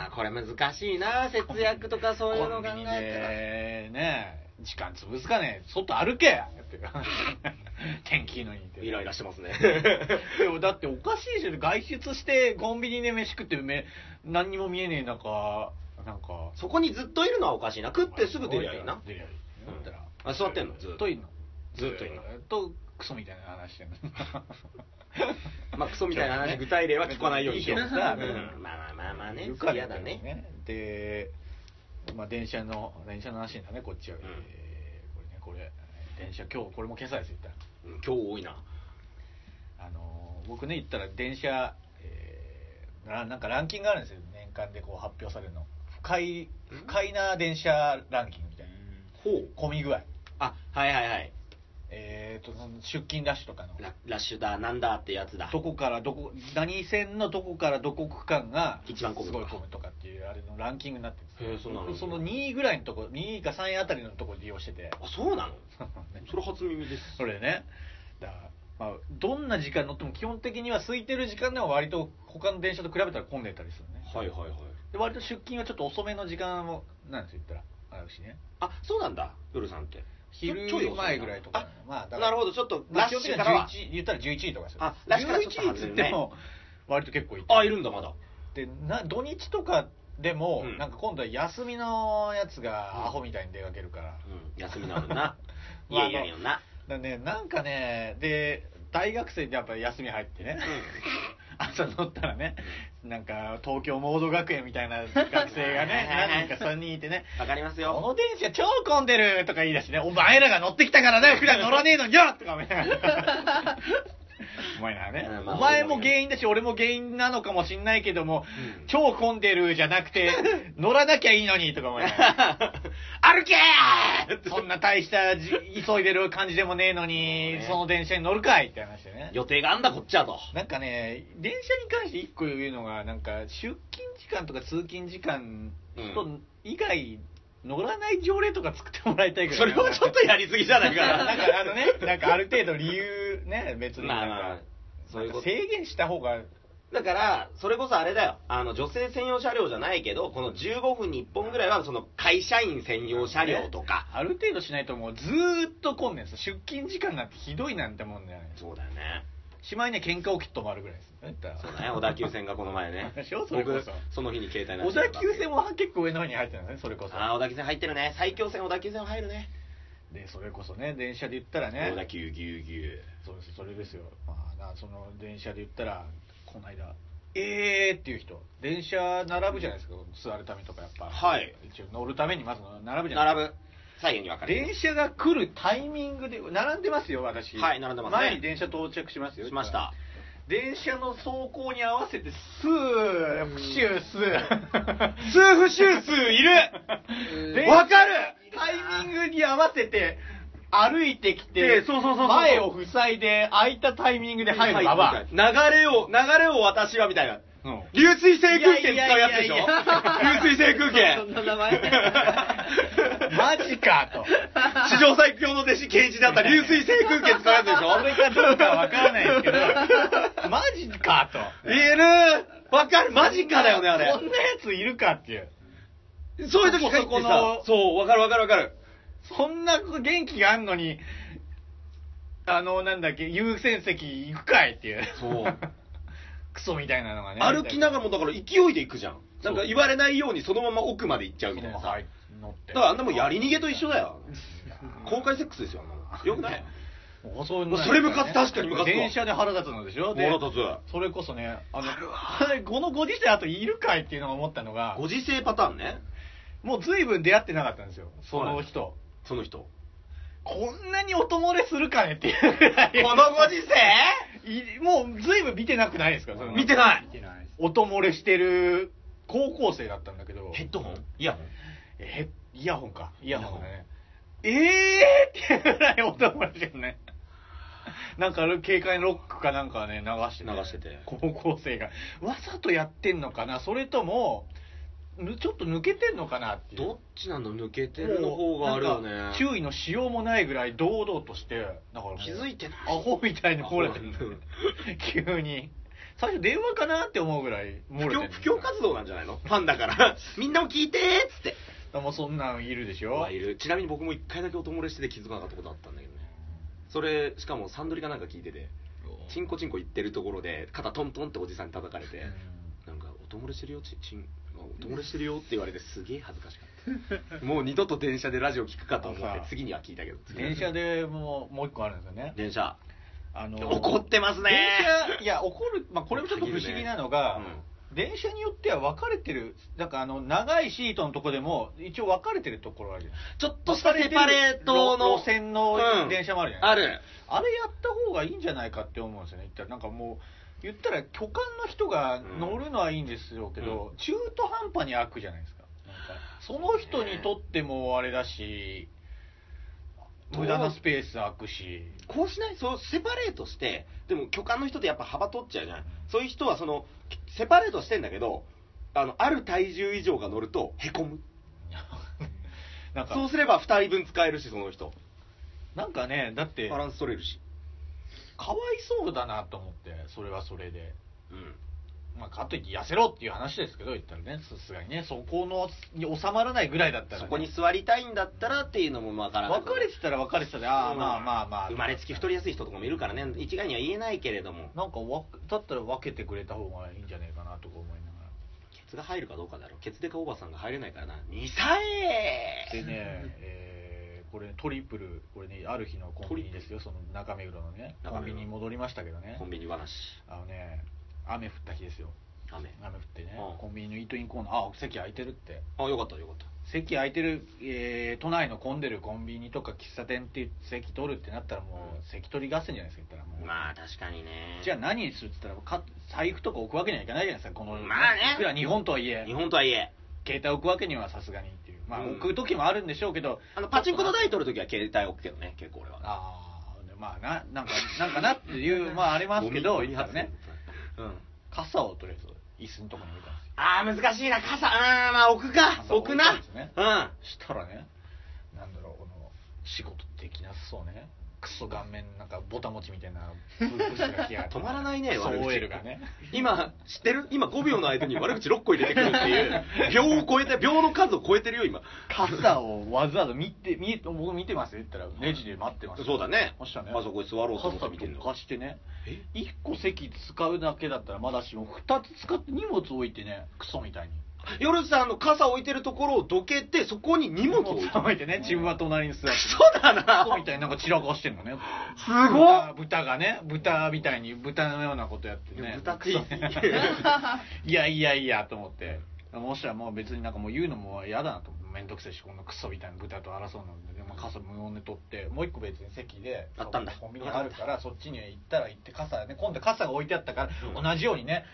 S3: あこれ難しいな節約とかそういうの考
S2: コンビニ
S3: え
S2: でね時間潰すかね外歩けっていう話天気いいのにったて
S3: らイライラしてますね
S2: でもだっておかしいじゃん外出してコンビニで飯食ってめ何にも見えねえ中なんか
S3: そこにずっといるのはおかしいな食ってすぐ出りゃいいな
S2: 出りゃいい
S3: うん
S2: だったら
S3: あ座ってんのず
S2: ず
S3: っと
S2: っといんの
S3: ずっといんの
S2: っとクソみたいな話してんの
S3: まあクソみたいな話具体例は聞かないようにしよう
S2: いいけどさ
S3: うんまあまあまあまあね
S2: ゆ
S3: そ
S2: か
S3: れ
S2: り
S3: 嫌
S2: だ
S3: だ
S2: けど
S3: ね
S2: ねで、まあ、電車の電車の話だねこっちは、
S3: うん
S2: えーこれねこれ電車今日これも今朝です言ったら
S3: うん今日多いな
S2: あのー僕ね言ったら電車、えーななんかランキングがあるんですよ年間でこう発表されるの不快不快な電車ランキングみたいな
S3: ほう
S2: 混み具合
S3: あはいはいはい
S2: えー、とその出勤ラッシュとかの
S3: ララッシュだなんだってやつだ
S2: どこからどこ何線のどこからどこ区間が
S3: 一番混む
S2: すごい混むとかっていうあれのランキングになってるん
S3: へ
S2: で
S3: ー
S2: す
S3: そ
S2: よ
S3: んなのあるんだ
S2: 僕その2位ぐらいのとこ2位か3位あたりのとこ利用してて
S3: あそうなの
S2: ね
S3: それ初耳です
S2: それねだまあ、どんな時間乗っても基本的には空いてる時間でも割と他の電車と比べたら混んでたりするね
S3: はいはいはい
S2: で割と出勤はちょっと遅めの時間もなんですよ言ったら私ね
S3: あそうなんだ夜さんって
S2: 昼
S3: ちょちょい遅いな
S2: 前ぐらいとか
S3: あ
S2: まあだから
S3: なるほどちょっと
S2: ま
S3: ラ
S2: あ
S3: ッ
S2: 基本
S3: シ
S2: 的
S3: ュ
S2: に
S3: か
S2: は
S3: らは
S2: 11言ったら11位とかですよ
S3: あラッシュからちょっと
S2: 11位
S3: 外
S2: っ
S3: れ
S2: つ
S3: る
S2: っ
S3: ね
S2: ても割と結構いて
S3: あいるんだまだ
S2: でな土日とかでも、
S3: うん
S2: なんか今度は休みのやつがアホみたいに出かけるから、
S3: うん休みなのにない
S2: まあ
S3: やいやいや な
S2: だねなんかねで大学生でやっぱり休み入ってね、 朝乗ったらねなんか東京モード学園みたいな学生がね
S3: はいはいはい
S2: 何人か3人いてね
S3: わかります
S2: こ
S3: よ
S2: の電車超混んでるとか言い出してね、お前らが乗ってきたから だよ、普段乗らねえのによとか思いながら。お前らね
S3: うんまあ、
S2: お前も原因だし、俺も原因なのかもしんないけども、
S3: うん
S2: 超混んでるじゃなくて、乗らなきゃいいのにとか思いながら。
S3: 歩け ー
S2: そんな大したじ急いでる感じでもねえのに、その電車に乗るかいって話でね。
S3: 予定があんだこっちはと
S2: なんかね、電車に関して一個言うのが、なんか出勤時間とか通勤時間と以外乗らない条例とか作ってもらいたいけど
S3: それはちょっとやりすぎじゃないか
S2: な
S3: なん
S2: かあのねなんかある程度理由ね別に
S3: ま
S2: な
S3: あ
S2: んか、
S3: まあそういうこと
S2: 制限した方が
S3: だから、それこそあれだよ。あの、女性専用車両じゃないけど、この15分に1本ぐらいは、その、会社員専用車両とか。
S2: ある程度しないともうずーっと混んでるんですよ出勤時間なんてひどいなんてもんじゃない
S3: そうだよね。
S2: しまいには喧嘩起きっともあるぐらいですねだか
S3: そう
S2: ら
S3: だね。小田急線がこの前 ね
S2: でしょ。それこそ
S3: 僕、その日に携帯な
S2: 小田急線も結構上の方に入ってるんですねそれこそ
S3: ああ、小田急線入ってるね。最強線、小田急線入るね。
S2: でそれこそね電車で言ったら
S3: 小田
S2: ね
S3: 急ぎゅうぎゅう。
S2: そうですそれですよまあなその電車で言ったらこの間えーっていう人電車並ぶじゃないですか座るためとかやっぱ
S3: はい
S2: 一応乗るためにまず並ぶじゃないですか
S3: 並ぶ。左右に分かれる。
S2: 電車が来るタイミングで並んでますよ私
S3: はい並んでますね
S2: 前に電車到着しますよ
S3: しました。
S2: 電車の走行に合わせてスーフシュー スー
S3: スーフシュースい
S2: 電
S3: る
S2: 車
S3: わかる
S2: タイミングに合わせて歩いてきて
S3: でそうそうそうそう
S2: 前を塞いで空いたタイミングで入るババ
S3: 流れを、流れを私はみたいな。
S2: アうん
S3: 流水性空券使うやつでしょ
S5: いやいやいや
S3: 流水性空券。
S5: そんな名前
S2: マジかと
S3: 史上最強の弟子、ケンイチだった流水性空券使うやつでしょ
S2: それかどうかわからないですけど マジかと
S3: いるわかるマジかだよね、あ
S2: そんな
S3: れ。
S2: やついるかっていう
S3: そういう時入ってさ
S2: そこの、
S3: そう、わかるわかるわかる。
S2: そんな元気があんのに、あの、なんだっけ、優先席行くかいっていう。
S3: そう。
S2: クソみたいなのがね。
S3: 歩きながらもだから勢いで行くじゃん。なんか言われないようにそのまま奥まで行っちゃう
S2: そ
S3: み
S2: の
S3: た
S2: ま
S3: い
S2: ま
S3: なさ。
S2: 入って乗って。
S3: だからあんなもんやり逃げと一緒だよ。公開セック スですよ、あんなのよくない
S2: もうそういうの
S3: もうそれムカつ確かにムカつくわ
S2: 電車で腹立つのでしょで
S3: 腹立つ
S2: それこそね、あの、あれこのご時世あといるかいっていうのを思ったのが、
S3: ご時世パターンね。
S2: もう随分出会ってなかったんですよ、その人。
S3: その人。
S2: こんなに音漏れするかねっていうぐらい。
S3: このご時
S2: い
S3: 世
S2: もう随分見てなくないですかその
S3: 見てない
S4: いけないです
S2: 音漏れしてる高校生だったんだけど。
S3: ヘッドホンイヤホン
S2: えヘッイヤホンかイヤホンだねええーっていうぐらい音漏れしてるねなんかあれ軽快なロックかなんかね流して
S3: 流してて
S2: 高校生がわざとやってんのかなそれともぬちょっと抜けてんのかなっていう
S3: どっちなの抜けてるの方があるよね
S2: もうなんか。注意のしようもないぐらい堂々としてだからもう
S3: 気づいてない
S2: アホみたいに漏れてる
S3: アホ
S2: 急に最初電話かなって思うぐらい漏れ
S3: 布
S2: て
S3: 教
S2: る
S3: 布教活動なんじゃないのファン だから。みんなも聞いてーっつって。
S2: もうそんなんいるでしょ
S3: まあいる。ちなみに僕も一回だけ音漏れしてて気づかなかったことあったんだけどね。それ、しかもサンドリかなんか聞いてて、チンコチンコ言ってるところで、肩トントンっておじさんに叩かれて、なんか、音漏れしてるよ、チン、チン、音漏れしてるよって言われてすげえ恥ずかしかった。もう二度と電車でラジオ聞くかと思って、次には聞いたけど。次には
S2: 電車でもうもう一個あるんですよね。
S3: 電車。
S2: あの
S3: 怒ってますね
S2: 電車いや怒る、まあこれもちょっと不思議なのが、電車によっては分かれてる。なんかあの長いシートのとこでも一応分かれてるところあるじゃない
S3: ちょっとしたセパレートの
S2: 路線の
S3: うん
S2: 電車もあるじゃな
S3: あ
S2: いです
S3: る
S2: か。あれやった方がいいんじゃないかって思うんですよね。言ったらなんかもう言ったら巨漢の人が乗るのはいいんですよけど、中途半端に開くじゃないですか。なんかその人にとってもあれだし、無駄なスペース開くし。
S3: こうしないそうセパレートしてでも巨漢の人ってやっぱ幅取っちゃうじゃんそういう人はそのセパレートしてんだけどあのある体重以上が乗るとへこむ
S2: なんか
S3: そうすれば2人分使えるしその人
S2: なんかね、だって、か
S3: バ
S2: わ
S3: ランス取れるし
S2: いそうだなと思って、それはそれで。
S3: うん
S2: まあ、かといって痩せろっていう話ですけど、言ったらね、さすがにね、そこのに収まらないぐらいだったら、ね、
S3: そこに座りたいんだったらっていうのもわからない
S2: 別れてたら別れてたで、ああ、まあまあまあ。
S3: 生まれつき太りやすい人とかもいるからね一概には言えないけれども
S2: なんかわ、だったら分けてくれた方がいいんじゃないかなとか思いながら。
S3: ケツが入るかどうかだろうケツデカおばさんが入れないからなミサエ
S2: で ね、えーこれトリプル、これね、ある日のコンビニですよ、その中目黒のね、コ
S3: 中
S2: ン
S3: 目
S2: ビ
S3: 黒
S2: ニに戻りましたけどね
S3: コ、ンビニ話
S2: あのね、雨降った日ですよ。
S3: 雨
S2: 雨降ってね、
S3: うん
S2: コンビニのイートインコーナー、あ、席空いてるって。
S3: あよかったよかった
S2: 席空いてる、えー都内の混んでるコンビニとか喫茶店っていう席取るってなったらもう席取り合戦じゃないですか言ったらもう、
S3: まあ確かにね
S2: じゃあ何にするって言ったらか財布とか置くわけにはいかないじゃないですかこの、
S3: まあね
S2: いくら日本とはいえ
S3: 日本とはいえ
S2: 携帯置くわけにはさすがにっていうまあ
S3: うん
S2: 置く時もあるんでしょうけど、
S3: あのパチンコの台取るときは携帯置くけどね結構俺は
S2: ああまあななんかなんかな っていうまあありますけど
S3: ゴミ
S2: 言ったらね
S3: ゴミ発
S2: 傘をとりあえず椅子のとこに置いたんですよ
S3: あー、難しいな、傘、あー、まあ置くか、
S2: 傘
S3: 置くな
S2: 置いたんですね。
S3: うん。
S2: したらねなんだろうこの仕事できなさそうねクソ顔面なんかボタ持ちみたい なブーブーが来やがって
S3: 止まらないね
S2: クソ
S3: 悪口
S2: OL がね
S3: 今、知ってる今5秒の間に悪口6個入れてくるって いう、秒を超えて、秒の数を超えてるよ、今。
S2: 傘をわざわざ見て見僕見てますよって言ったらレジで待ってます
S3: そうだね
S2: そしたらね
S3: あそこに座ろうと思って見てんの
S2: 傘とかしてね
S3: え
S2: 1個席使うだけだったらまだしも2つ使って荷物置いてねクソみたいに
S3: 夜さんの傘置いてるところをどけて、そこに荷物を置いてる。
S2: 置いてね自分は隣に座ってク
S3: そうだな
S2: ソみたいになんか散らかしてんのね
S3: すご
S2: 豚
S3: っ
S2: 豚がね豚みたいに豚のようなことやってね
S3: 豚くさすぎ
S2: い やいやいやと思ってもしらもう別になんかもう言うのも嫌だなと思って面倒くせえしこんなクソみたいな豚と争うので、ねまあ、傘無音で取ってもう一個別に席で
S3: あったんだ
S2: コンビニがあるからそっちに行ったら行って傘ね今度傘が置いてあったから同じようにね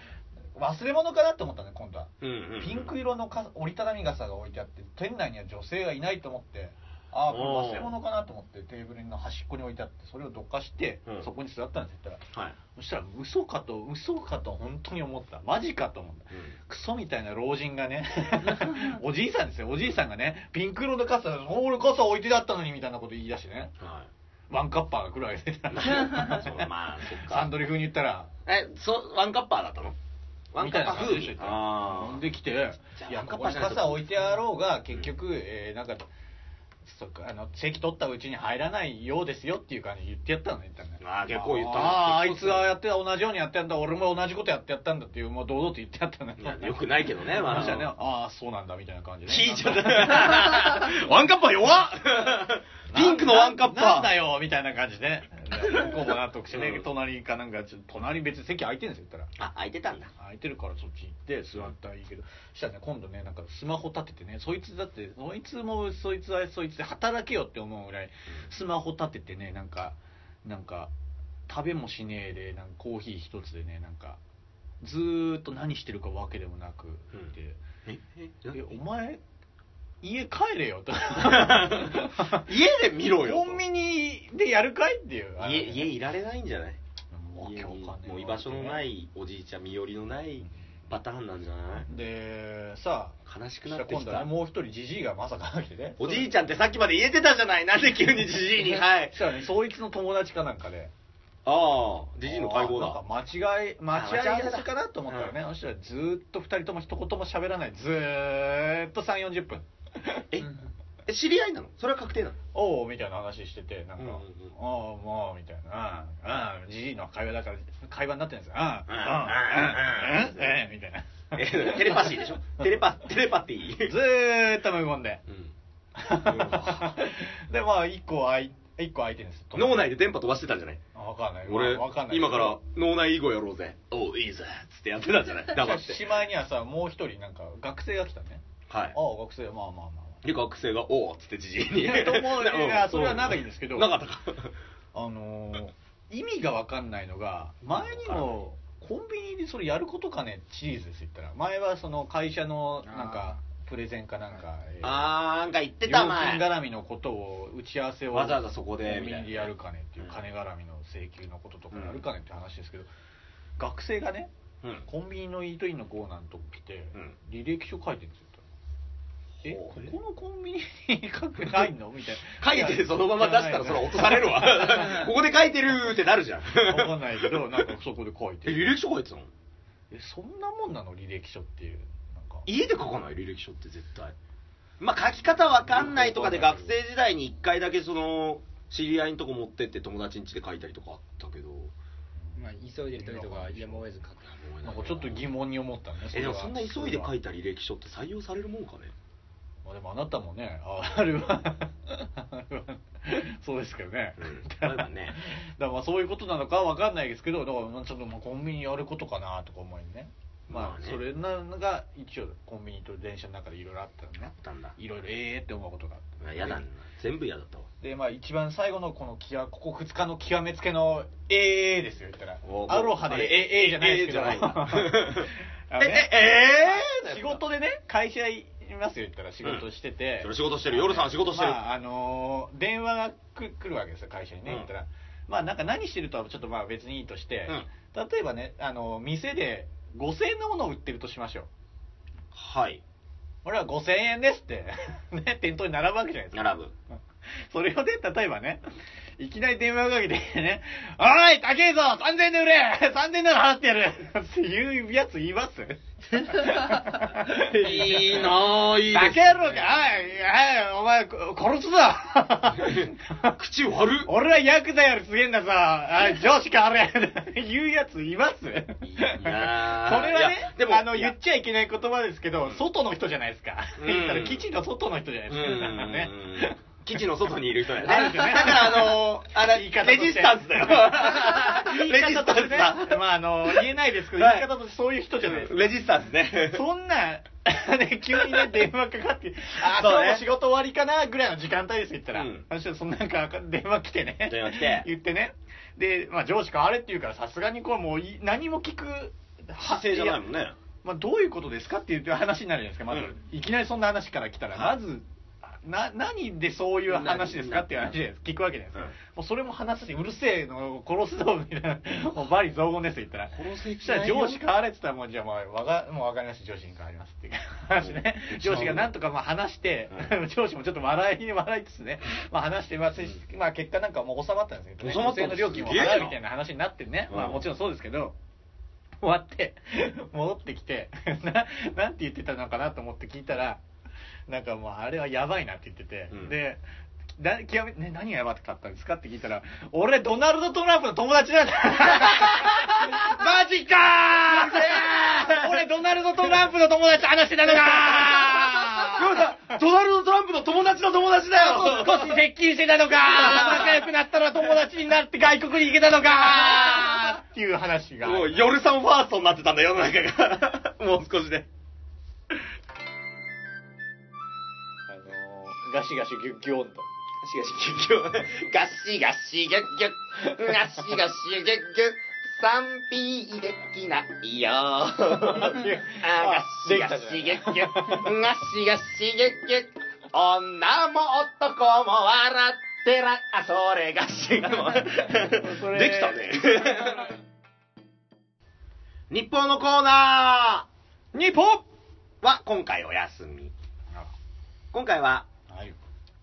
S2: 忘れ物かなと思ったね今度は
S3: うんうんうん
S2: ピンク色の傘折りたたみ傘が置いてあって店内には女性がいないと思ってああこれ忘れ物かなと思ってテーブルの端っこに置いてあってそれをどかして、
S3: うん
S2: そこに座ったんですよ言ったら
S3: はい。
S2: そしたら嘘かと嘘かと本当に思ったマジかと思ったクソみたいな老人がね おじいさんですよおじいさんがねピンク色の傘ホール傘置いてあったのにみたいなこと言い出してね
S3: は
S2: ワンカッパーが来るわけですよ
S3: い。 そうまあ、そっ
S2: サ
S3: か
S2: ン。ドリ風に言ったら
S3: え、そう、ワンカッパーだったのワンカッパー風
S2: みたいな感じでしょ
S3: 味あ
S2: 飛ん
S3: ー
S2: できて、いや
S3: じゃあ、
S2: ここに傘置いてあろうが、結局、えーなんか、そっかあの席取ったうちに入らないようですよっていう感じで言ってやったのね、言ったのね。
S3: あー結構言ったの
S2: ああ、あいつはやって、同じようにやってやんだ、俺も同じことやってやったんだっていう、もう堂々と言ってやったの
S3: いやよくないけど ね、
S2: ま
S3: ま
S2: あ、ね、
S3: あ。
S2: ああ、そうなんだみたいな感じで、
S3: 聞いちゃ った。ワンカッパー弱 っピンクのワンカッパー。
S2: ななんだよみたいな感じで、向こうも納得して
S3: う
S2: ね
S3: ん、
S2: 隣かなんか、ちょっと隣別に席空いてるんですよ、言ったら。
S3: あ、空いてたんだ。
S2: 空いてるからそっち行って座ったらいいけど、そしたらね今度ねなんかスマホ立ててねそいつだってそいつもそいつはそいつで働けよって思うぐらいスマホ立ててねなんかなんか食べもしねえでなんかコーヒー一つでねなんかずーっと何してるかわけでもなくで、
S3: え
S2: えお前家帰れよ と
S3: 家で見ろよ
S2: コ
S3: と
S2: ンビニでやるかいっていうあの
S3: 家、家いられないんじゃない
S2: もう
S3: 家
S2: 今
S3: に
S2: 日かね
S3: もう居場所のないおじいちゃん、身寄りのないパターンなんじゃない
S2: でさ
S3: 悲し
S2: そ
S3: く
S2: し
S3: な
S2: た
S3: っ
S2: ら
S3: て
S2: 今
S3: き
S2: 度は
S3: た
S2: ね。もう一人じじいがまさか来てね
S3: おじいちゃんってさっきまで言えてたじゃないなんで急にじじいに。はい
S2: そ。したらね、そいつの友達かなんかで、
S3: ああ、じじいの会合
S2: あ
S3: だ。
S2: なんか間違い、間違い
S3: 間違い
S2: や
S3: だ
S2: すかなと思ったらね、そしたらずーっと2人とも一言も喋らない、ずーっと3、40分、
S3: え、え知り合いなのそれは確 定なの
S2: おうみたいな話してて、なんか、
S3: うんうんうん
S2: おうもうみたいな、うん、うん、じじいの会話だから、会話になってるんですよ、うん、うん、
S3: う
S2: う
S3: ん
S2: ん、うん、ええみたいな、
S3: えテレパシーでしょテレパ、テレパティ ー。
S2: ずーっと無言で、
S3: うん
S2: で、まあ、1個あい、一個空いてるんです
S3: 脳内で電波飛ばしてたんじゃない
S2: わかんない、
S3: 俺、
S2: わかんない
S3: 今から脳内囲碁やろうぜ。おう、いいぜ。つってやってたんじゃない 黙って。
S2: しまいにはさもう一人なんか学生が来たね
S3: はい。
S2: ああ学生まあまあま
S3: で、学生が、おう、つってじじいに。
S2: いやと 思ういやそれは仲いいんですけど
S3: なかったか。
S2: ああのー意味が分かんないのが前にもコンビニでそれやることかねシリーズです言ったら前はその会社のなんかプレゼンかなんかえー
S3: あー、なんか言って
S2: 料
S3: た、
S2: 金
S3: 前。
S2: 絡みのことを打ち合わせを
S3: わざわざそこで
S2: コンビニでやるかねっていう
S3: みたい
S2: 金
S3: な
S2: 絡みの請求のこととかやるかねって話ですけど学生がね
S3: うん。
S2: コンビニのイートインのコーナーのとこ来て、
S3: うん
S2: 履歴書書いてるんですよえ
S3: ほ
S2: こ
S3: う
S2: このコンビニに書くないのみたい
S3: 書
S2: ない
S3: て
S2: や
S3: そのまま出したらそれは落と されるわ。ここで書いてるってなるじゃん。
S2: わかんないけどなんかそこで書い
S3: え、
S2: て
S3: 履
S2: る
S3: 歴書書いてたの
S2: えそんなもんなの履歴書っていうなんか
S3: 家で書かない履歴書って絶対。まあ、書き方わかんないとかで学生時代に一回だけその、知り合いのとこ持ってって友達ん家で書いたりとかあったけど。
S4: まあ、急いでる時とか、やむを得ず書く。
S2: なんかちょっと疑問に思ったんです
S3: えでもそんな急いで書い
S2: て
S3: た履歴書って採用されるもんかね
S2: まあ、でもあなたもねああれはあれはそうですけどね、
S3: うん例えばね
S2: だからまあそういうことなのかわかんないですけどだからまあちょっとまあコンビニやることかなとか思いね
S3: ま
S2: ま
S3: あ
S2: あ
S3: ね
S2: それなのが一応コンビニと電車の中でいろいろあったの
S3: あっ
S2: ね
S3: たんだ
S2: いろいろええって思うことがあって
S3: やだな全部嫌だったわ
S2: でまあ一番最後のこの極ここ2日の極めつけのええですよ言ったら
S3: お
S2: アロハで
S3: あれ
S2: ええええじゃないですけど
S3: ええじ ゃないんだ
S2: あのね
S3: ええええ
S2: 仕事でね会社いますよ言ったら仕事してて、
S3: それ仕事してる夜さん仕事してる、
S2: まああのー電話がく来るわけですよ会社にね、
S3: うん
S2: 言ったらまあなんか何してるとはちょっとまあ別にいいとして、例えばねあのー店で5000円のものを売ってるとしましょう
S3: はい。
S2: 俺は5000円ですって、 ね、店頭に並ぶわけじゃないですか。
S3: 並 ぶ。
S2: それをね、例えばね、いきなり電話をかけてね、おい高えぞ !3000 円で売れ !3000 円なら払ってやるっていうやついます
S3: いいなぁ、いいです
S2: バカ野郎かおい、おい、お前、殺すぞ
S3: 口割る
S2: 俺はヤクザよりすげえんだぞあ上司変われ 言うやついますこれ
S3: やー
S2: はね
S3: いやでも
S2: あの
S3: いや
S2: 言っちゃいけない言葉ですけど、外の人じゃないですか、
S3: うん
S2: 言ったら基地の外の人じゃないですか、ね
S3: 基地の外にいる人やね。
S2: あるんですよね
S3: だからあのー、あれ
S2: 言い方と
S3: レ
S2: して
S3: ジスタンスだよ。 レ
S2: 言い
S3: ジス
S2: 方
S3: タ
S2: として
S3: ンス
S2: ね
S3: だ。
S2: まああの言えないですけど、
S3: はい
S2: 言い方としてそういう人じゃないですか
S3: レジスタンスね。
S2: そんな、 ね、急にね、電話かかって、あ、
S3: そう
S2: 今
S3: ね
S2: 日も仕事終わりかな、ぐらいの時間帯ですよ、言ったら。
S3: うん
S2: そしたら、そんなんか、電話来てね。
S3: 電話来て
S2: 言ってね。で、まあ、上司変われって言うから、さすがにこれもうい、何も聞く、
S3: 派生じゃないもん
S2: や
S3: ね。
S2: まあ、どういうことですかっていう話になるじゃないですか、まず。
S3: うん
S2: いきなりそんな話から来たら、
S3: はい
S2: まず、な何でそういう話ですかっていう話じゃないですか聞くわけじゃないですか、
S3: うん
S2: もうそれも話すしうるせえの殺すぞみたい なもうバリ雑言ですよ言ったら
S3: 殺せ
S2: そしたら上司変われって言ったらもうじゃあもうわがもう分かります上司に変わりますっていう話ね
S3: うん
S2: 上司がなんとかまあ話して、
S3: う
S2: 上司もちょっと笑いに笑いつつね、まあ、話して、まあせまあ、結果なんかもう収まったんですけど、ね、
S3: 収まった
S2: 女性の料金も
S3: すげえな
S2: 払うみたいな話になってね、まあ
S3: うん
S2: もちろんそうですけど終わって戻ってきてななんて言ってたのかなと思って聞いたらなんかもうあれはやばいなって言ってて、
S3: うん
S2: でだ極め、ね、何がやばかったんですかって聞いたら、俺、ドナルド・トランプの友達なん だマジかー俺、ドナルド・トランプの友達と話してたのか
S3: ごめんなさいドナルド・トランプの友達の友達だよ
S2: 少し接近してたのか仲良くなったら友達になって外国に行けたの かっていう話が。
S3: もう、夜さんファーストになってたんだ、世の中が。 もう少しで。
S2: あのーガシガシギュッギョンと。
S3: ガシガシギュッギュッ。ガシガシギュッギュッ。賛否できな いよ。あガシガシギュッギュッ。ガシガシギュッギュッ。女も男も笑ってら、あ、それガシガ
S2: それ
S3: できたね。日本のコーナ
S2: 日本
S3: ーは今回お休み。今回は
S2: はい。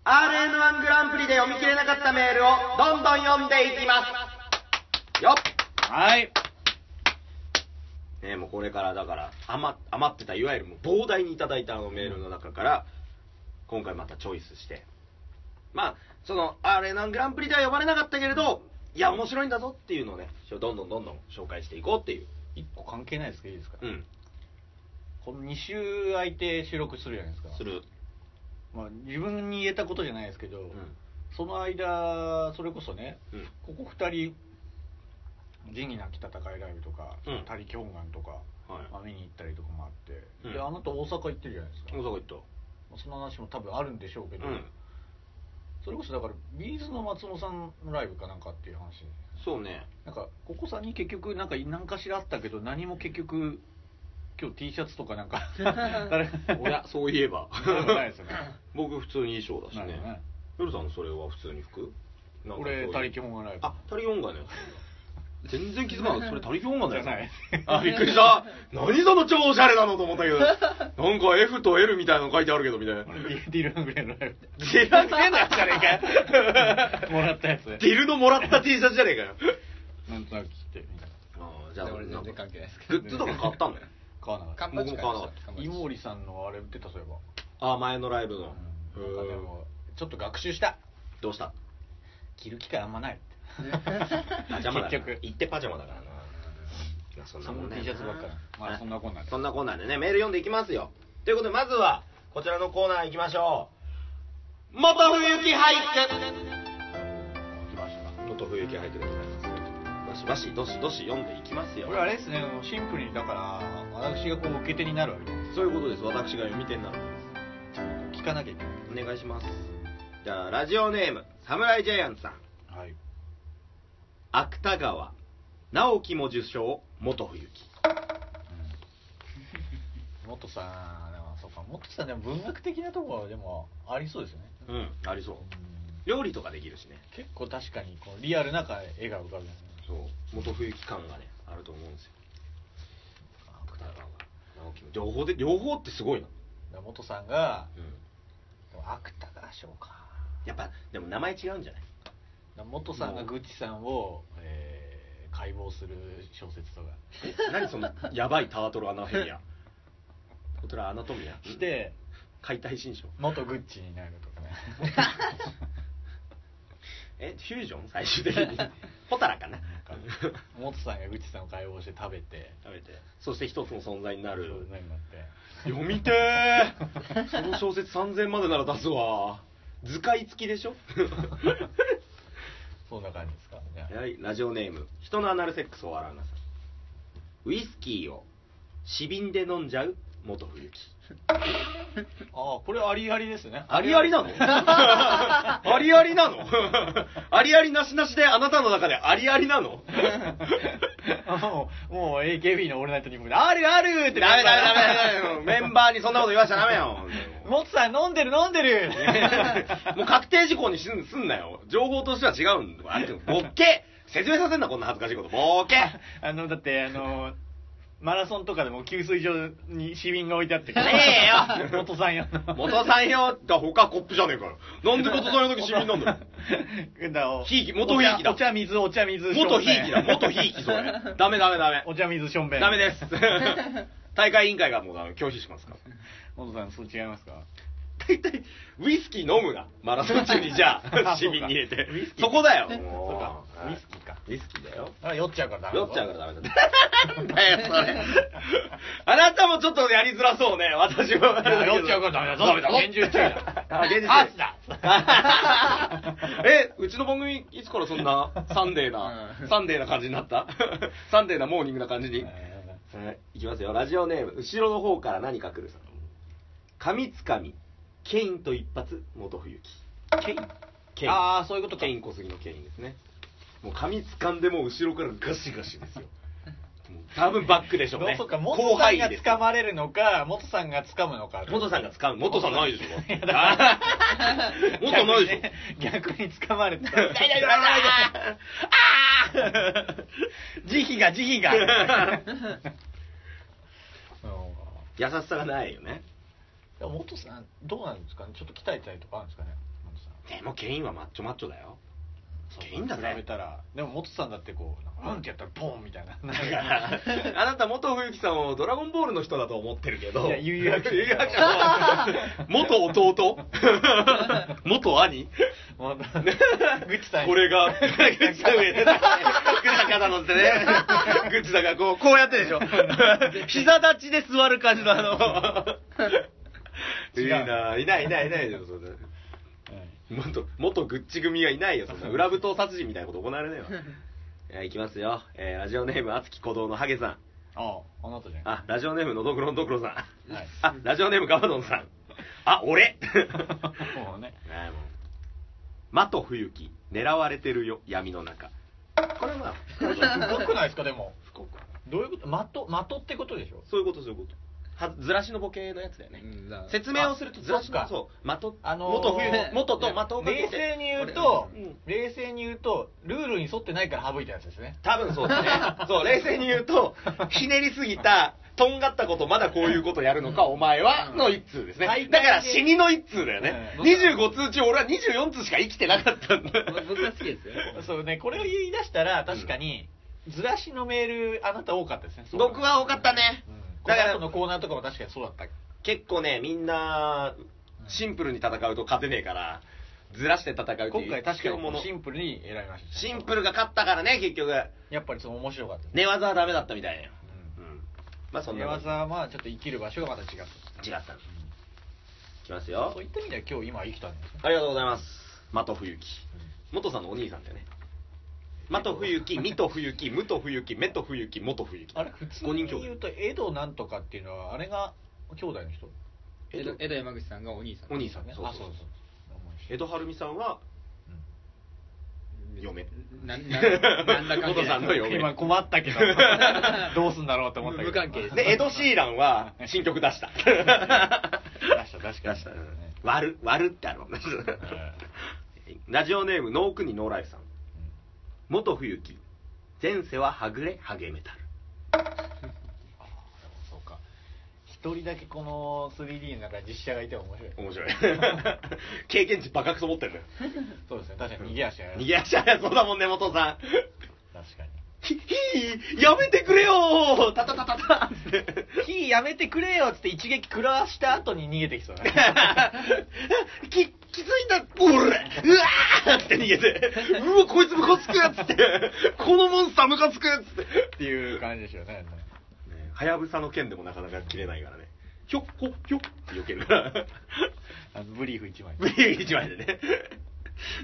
S3: RN1 グランプリで読み切れなかったメールをどんどん読んでいきますよっ
S2: はい。
S3: ねえもうこれからだから余余ってたいわゆるもう膨大にいただいたあのメールの中から今回またチョイスしてまあその RN1 グランプリでは呼ばれなかったけれどいや面白いんだぞっていうのをねどんどんどんどん紹介していこうっていう
S2: 一個関係ないですけどいいですか、
S3: うん
S2: この2週空いて収録するじゃないですか。
S3: する
S2: まあ、自分に言えたことじゃないですけど、
S3: うん
S2: その間、それこそね、
S3: うん
S2: ここ2人、仁義なき戦いライブとか、
S3: うん
S2: 他力本願とか、
S3: はい
S2: まあ見に行ったりとかもあって、
S3: うん
S2: であなた大阪行ってるじゃないですか、
S3: 大阪行った
S2: その話も多分あるんでしょうけど、
S3: うん
S2: それこそだから、ビーズの松本さんのライブかなんかっていう話、
S3: そうね
S2: なんか、ここさんに結局、なんか何かしらあったけど、何も結局、今日 T シャツとかなん か、誰
S3: おやそういえば
S2: もないですよね。
S3: 僕普通に衣装だし
S2: ないよ
S3: ね
S2: ね
S3: 夜さんのそれは普通に服なんかそうい
S2: 俺、
S3: う
S2: 他力本願ライブ。
S3: あ、タリオンガね。全然気づ かなかった。それタリオンガだよ。
S2: じゃない
S3: あ、びっくりした。何その超おしゃれなのと思ったけど。なんか F と L みたいなの書いてあるけど、みたいな。
S2: ディディルングレーのライブ
S3: ディランゲのやつじゃねえ か よ。
S2: もらったやつ
S3: ディルのもらった T シャツじゃねえ かよ。
S2: なんとなく切ってみたいな
S3: あーじ
S4: じ
S3: ゃ
S4: ゃ
S3: あ、
S4: あ俺
S3: な
S4: 全
S3: ん
S4: 然
S3: か
S4: 関係ないですけ
S3: グ
S4: ど
S3: ッズとか買ったのよ。
S2: 買わなか
S4: カ
S2: っ
S4: ンパ
S3: 僕も
S4: チ買いま
S3: 買わなかった
S4: したカン
S2: た
S4: パチ
S2: 井森さんのあれ売ってたそういえば
S3: あ、前のライブの。
S2: なんかで
S3: へー
S2: もちょっと学習した
S3: どうした
S2: 着る機会あんまない
S3: パジャマだから。
S2: 結局
S3: 行ってパジャマだからな。いやそんな
S2: そ
S3: もん
S2: の
S3: だよ
S2: T シャツばっかりまあそんなこんなんで
S3: そんなこんなんでね、メール読んでいきますよ。ということで、まずは、こちらのコーナー行きましょう。元冬木俳
S2: 来ました
S3: 句元冬木俳句でございます。バシバシ、どしどし読んでいきますよ。
S2: これあれですねシンプルにだから私がこう受け手になるわけです
S3: そういうことです。私が読み手になるんで
S2: 聞かなきゃいけない
S3: す。お願いします。じゃあ、ラジオネーム、サムライジャイアンツさん、
S2: はい
S3: 芥川、直樹も受賞、元冬木。
S2: 元さんでもそうか元さんでも文学的なところはでもありそうですよね
S3: うん、ありそう。
S2: うん
S3: 料理とかできるしね。
S2: 結構確かにこうリアルな絵が浮かぶよね
S3: そう元冬期感がねあると思うんですよ芥川
S4: の気持ち
S3: 両方で両方ってすごいな、
S2: 元さんが
S3: うん、
S2: でも芥川賞か
S3: やっぱでも名前違うんじゃない
S2: 元さんがグッチさんを、えー解剖する小説とか
S3: 何そのやばいタートルアナヘミアこトラアナトミア
S2: して
S3: 解体新書
S2: 元グッチになるとかね
S3: えフュージョン最終的にホタラかな
S2: 元さんがグッチさんを解剖して食べて
S3: 食べてそして一つの存在にな
S2: そう
S3: る
S2: いうのになって
S3: 読みてーその小説3000までなら出すわ図解付きでしょ
S2: そんな感じですかね
S3: はいラジオネーム人のアナルセックスを笑うなさいウイスキーを死瓶で飲んじゃう元冬木
S2: ああこれありありですね
S3: ありありな のありありなのありありなしなしであなたの中でありありな の
S2: もうもう AKB の「オールナイトニッポン」で「あるある!」っ
S3: ダ
S2: て
S3: メダメダメダメメンバーにそんなこと言わしちゃダメ よ
S2: モツさん飲んでる飲んでる
S3: もう確定事項にすんすんなよ情報としては違うんだあれボッケ説明させんなこんな恥ずかしいことボッケ
S5: あの、だって、あの、マラソンとかでも給水所に市民が置いてあって、
S3: ねえよ
S5: 元さん用の。
S3: 元さんよが他コップじゃねえからなんで元さんよだけ市民なんだよ
S5: だ
S3: ひいき元ひいきだ
S5: お茶水、お茶水、
S3: 元ひいきだ元ひいきそれ ダメダメダメ
S5: お茶水、しょんべん。
S3: ダメです 大会委員会がもうあの拒否しますから
S5: 元さん、そう違いますか
S3: 大体ウイスキー飲むなマラソン中にじゃ あ市民に入れて
S5: ウイスキー
S3: そこだよ
S5: そうか
S3: も。う
S5: ウイスキーか。
S3: ウイスキーだよ
S2: あ酔っちゃうからダメ
S3: 酔っちゃうからダメだ。なんだよ、それ。 あなたもちょっとやりづらそうね、私も。
S2: 酔っちゃうからダメだダメだ厳重注意だ
S3: あ、現実
S2: アースだ
S3: え、うちの番組、いつからそんな、サンデーな、サンデーな感じになった サンデーなモーニングな感じに。はい、いきますよ。ラジオネーム、後ろの方から何か来るさん。神つかみ、ケインと一発、元冬木。ケインケイン。
S2: ああそういうことか
S3: ケイン小杉のケインですね。もう髪掴んでもう後ろからガシガ シですよ。もう多分バックでしょうね。
S2: そうかモツさんが
S3: です
S2: 掴まれるのかモツさんが掴むのか
S3: 元さんが掴む。元さんないでしょ。元ないでしょ。
S5: 逆に掴まれてた。
S3: 痛い痛い痛い痛いあー
S5: 慈悲が、慈悲が。
S2: う
S3: 優しさがないよね。
S2: んモツさんどうなんですかねちょっと鍛えたりとかあるんですかねモツさん
S3: でもケインはマッチョマッチョだよ。ケインだ
S2: 比べ
S3: ぜ。
S2: たらでもモツさんだってこうなんかうんってやったらポンみたいななんか
S3: あなた元冬木さんをドラゴンボールの人だと思ってるけど。
S5: いや悠々白書
S3: 悠々白書 元弟元兄
S2: もうグッチさん
S3: こ れが、グッチさんが、グッチさんが乗ってね、グッチさんがこう、こうやってでしょ。膝立ちで座る感じのあ の、いいな、いないいないいないよ、そんな。元、元グッチ組がいないよ、そんな。裏舞踏殺人みたいなこと行われな いわ。いや、いきますよ。えーラジオネーム、あつき鼓動のハゲさん。
S2: あああなたじゃん
S3: あ、ラジオネーム、のどぐろのどくろさん。
S2: はい
S3: あ、ラジオネーム、ガバドンさん。あ、俺
S2: もうね
S3: ねもうマト冬樹狙われてるよ闇の中これはまあ
S2: すごくないですかでも
S3: 福岡
S2: どういうこと的的ってことでしょ
S3: そういうことそういうことはずらしのボケのやつだよね、
S4: うんだから
S3: 説明をするとずらし
S2: あそ
S3: のそう的、
S2: あのー
S3: 元冬
S2: ね
S3: 元と的をかけ
S2: 冷
S3: て
S2: 静に言うと
S3: うん
S2: 冷静に言うとルールに沿ってないから省いたやつですね
S3: 多分そうだね そう冷静に言うとひねりすぎたとんがったことまだこういうことやるのかお前はの一通ですね
S2: 大会で
S3: だから死にの一通だよね、
S2: うん
S3: 25通中俺は24通しか生きてなかったんだ
S4: 僕が好きですよ。
S2: そうねこれを言い出したら確かにずらしのメールあなた多かったですねそう
S3: 僕は多かったね、
S2: だ
S3: だ
S2: か
S3: からら
S2: のコーナーとかも確かにそうだった
S3: 結構ねみんなシンプルに戦うと勝てねえからずらして戦うっていう
S2: 今回確か
S3: もの
S2: にシンプルに選びました
S3: シンプルが勝ったからね結局
S2: やっぱりその面白かったですね
S3: 寝技はダメだったみたいなうんまあそん
S2: 寝
S3: なもん違
S2: 技はまあちょっと生きる場所がまた違った
S3: ったのいきますよ
S2: そういった意味では今日今生きたんですね
S3: ありがとうございます的冬樹元さんのお兄さんだよね的冬樹水戸冬樹武藤冬樹目と冬樹元冬樹
S2: あれ普通
S3: 五
S2: に
S3: 人兄弟
S2: 言うと江戸なんとかっていうのはあれが兄弟の人
S3: 江
S4: 江
S3: 戸
S4: 戸江戸山口さんがお兄さん。
S3: お兄さん
S2: ね
S3: そうそうそう
S2: あそうそう思い出した
S3: 江戸晴美さんは嫁
S4: なんなんなんだかん
S3: 元 さんの嫁
S5: 今困った けど、どうすんだろうと思ったけど。
S4: 無関係です
S3: で江戸シーランは新曲出した
S2: 出した出した
S3: 出した、うん割る割るってあるもんねラジオネームノークにノーライフさん元冬木前世ははぐれはげメタル
S2: そうか一人だけこの 3D の中に実写がいても面白い。
S3: 面白い。経験値バカくそ持ってるね。
S2: そうですね、確かに逃げ足が。
S3: 逃げ足早そうだもんね、元さん。
S2: 確かに。
S3: ひ、ひーやめてくれよーたたたたたって。
S2: 火やめてくれよっつって一撃食らわした後に逃げてきそうだね。
S3: き、気づいた、おらうわーって逃げて、うわ、こいつムカつくっつって、このモンスタームカつくっつっ て。
S2: っていう感じですよね。
S3: ねはやぶさの剣でもなかなか切れないからね。ひょっこ、ひょっって避けるから。
S2: あのブリーフ一枚。
S3: ブリーフ一枚でね。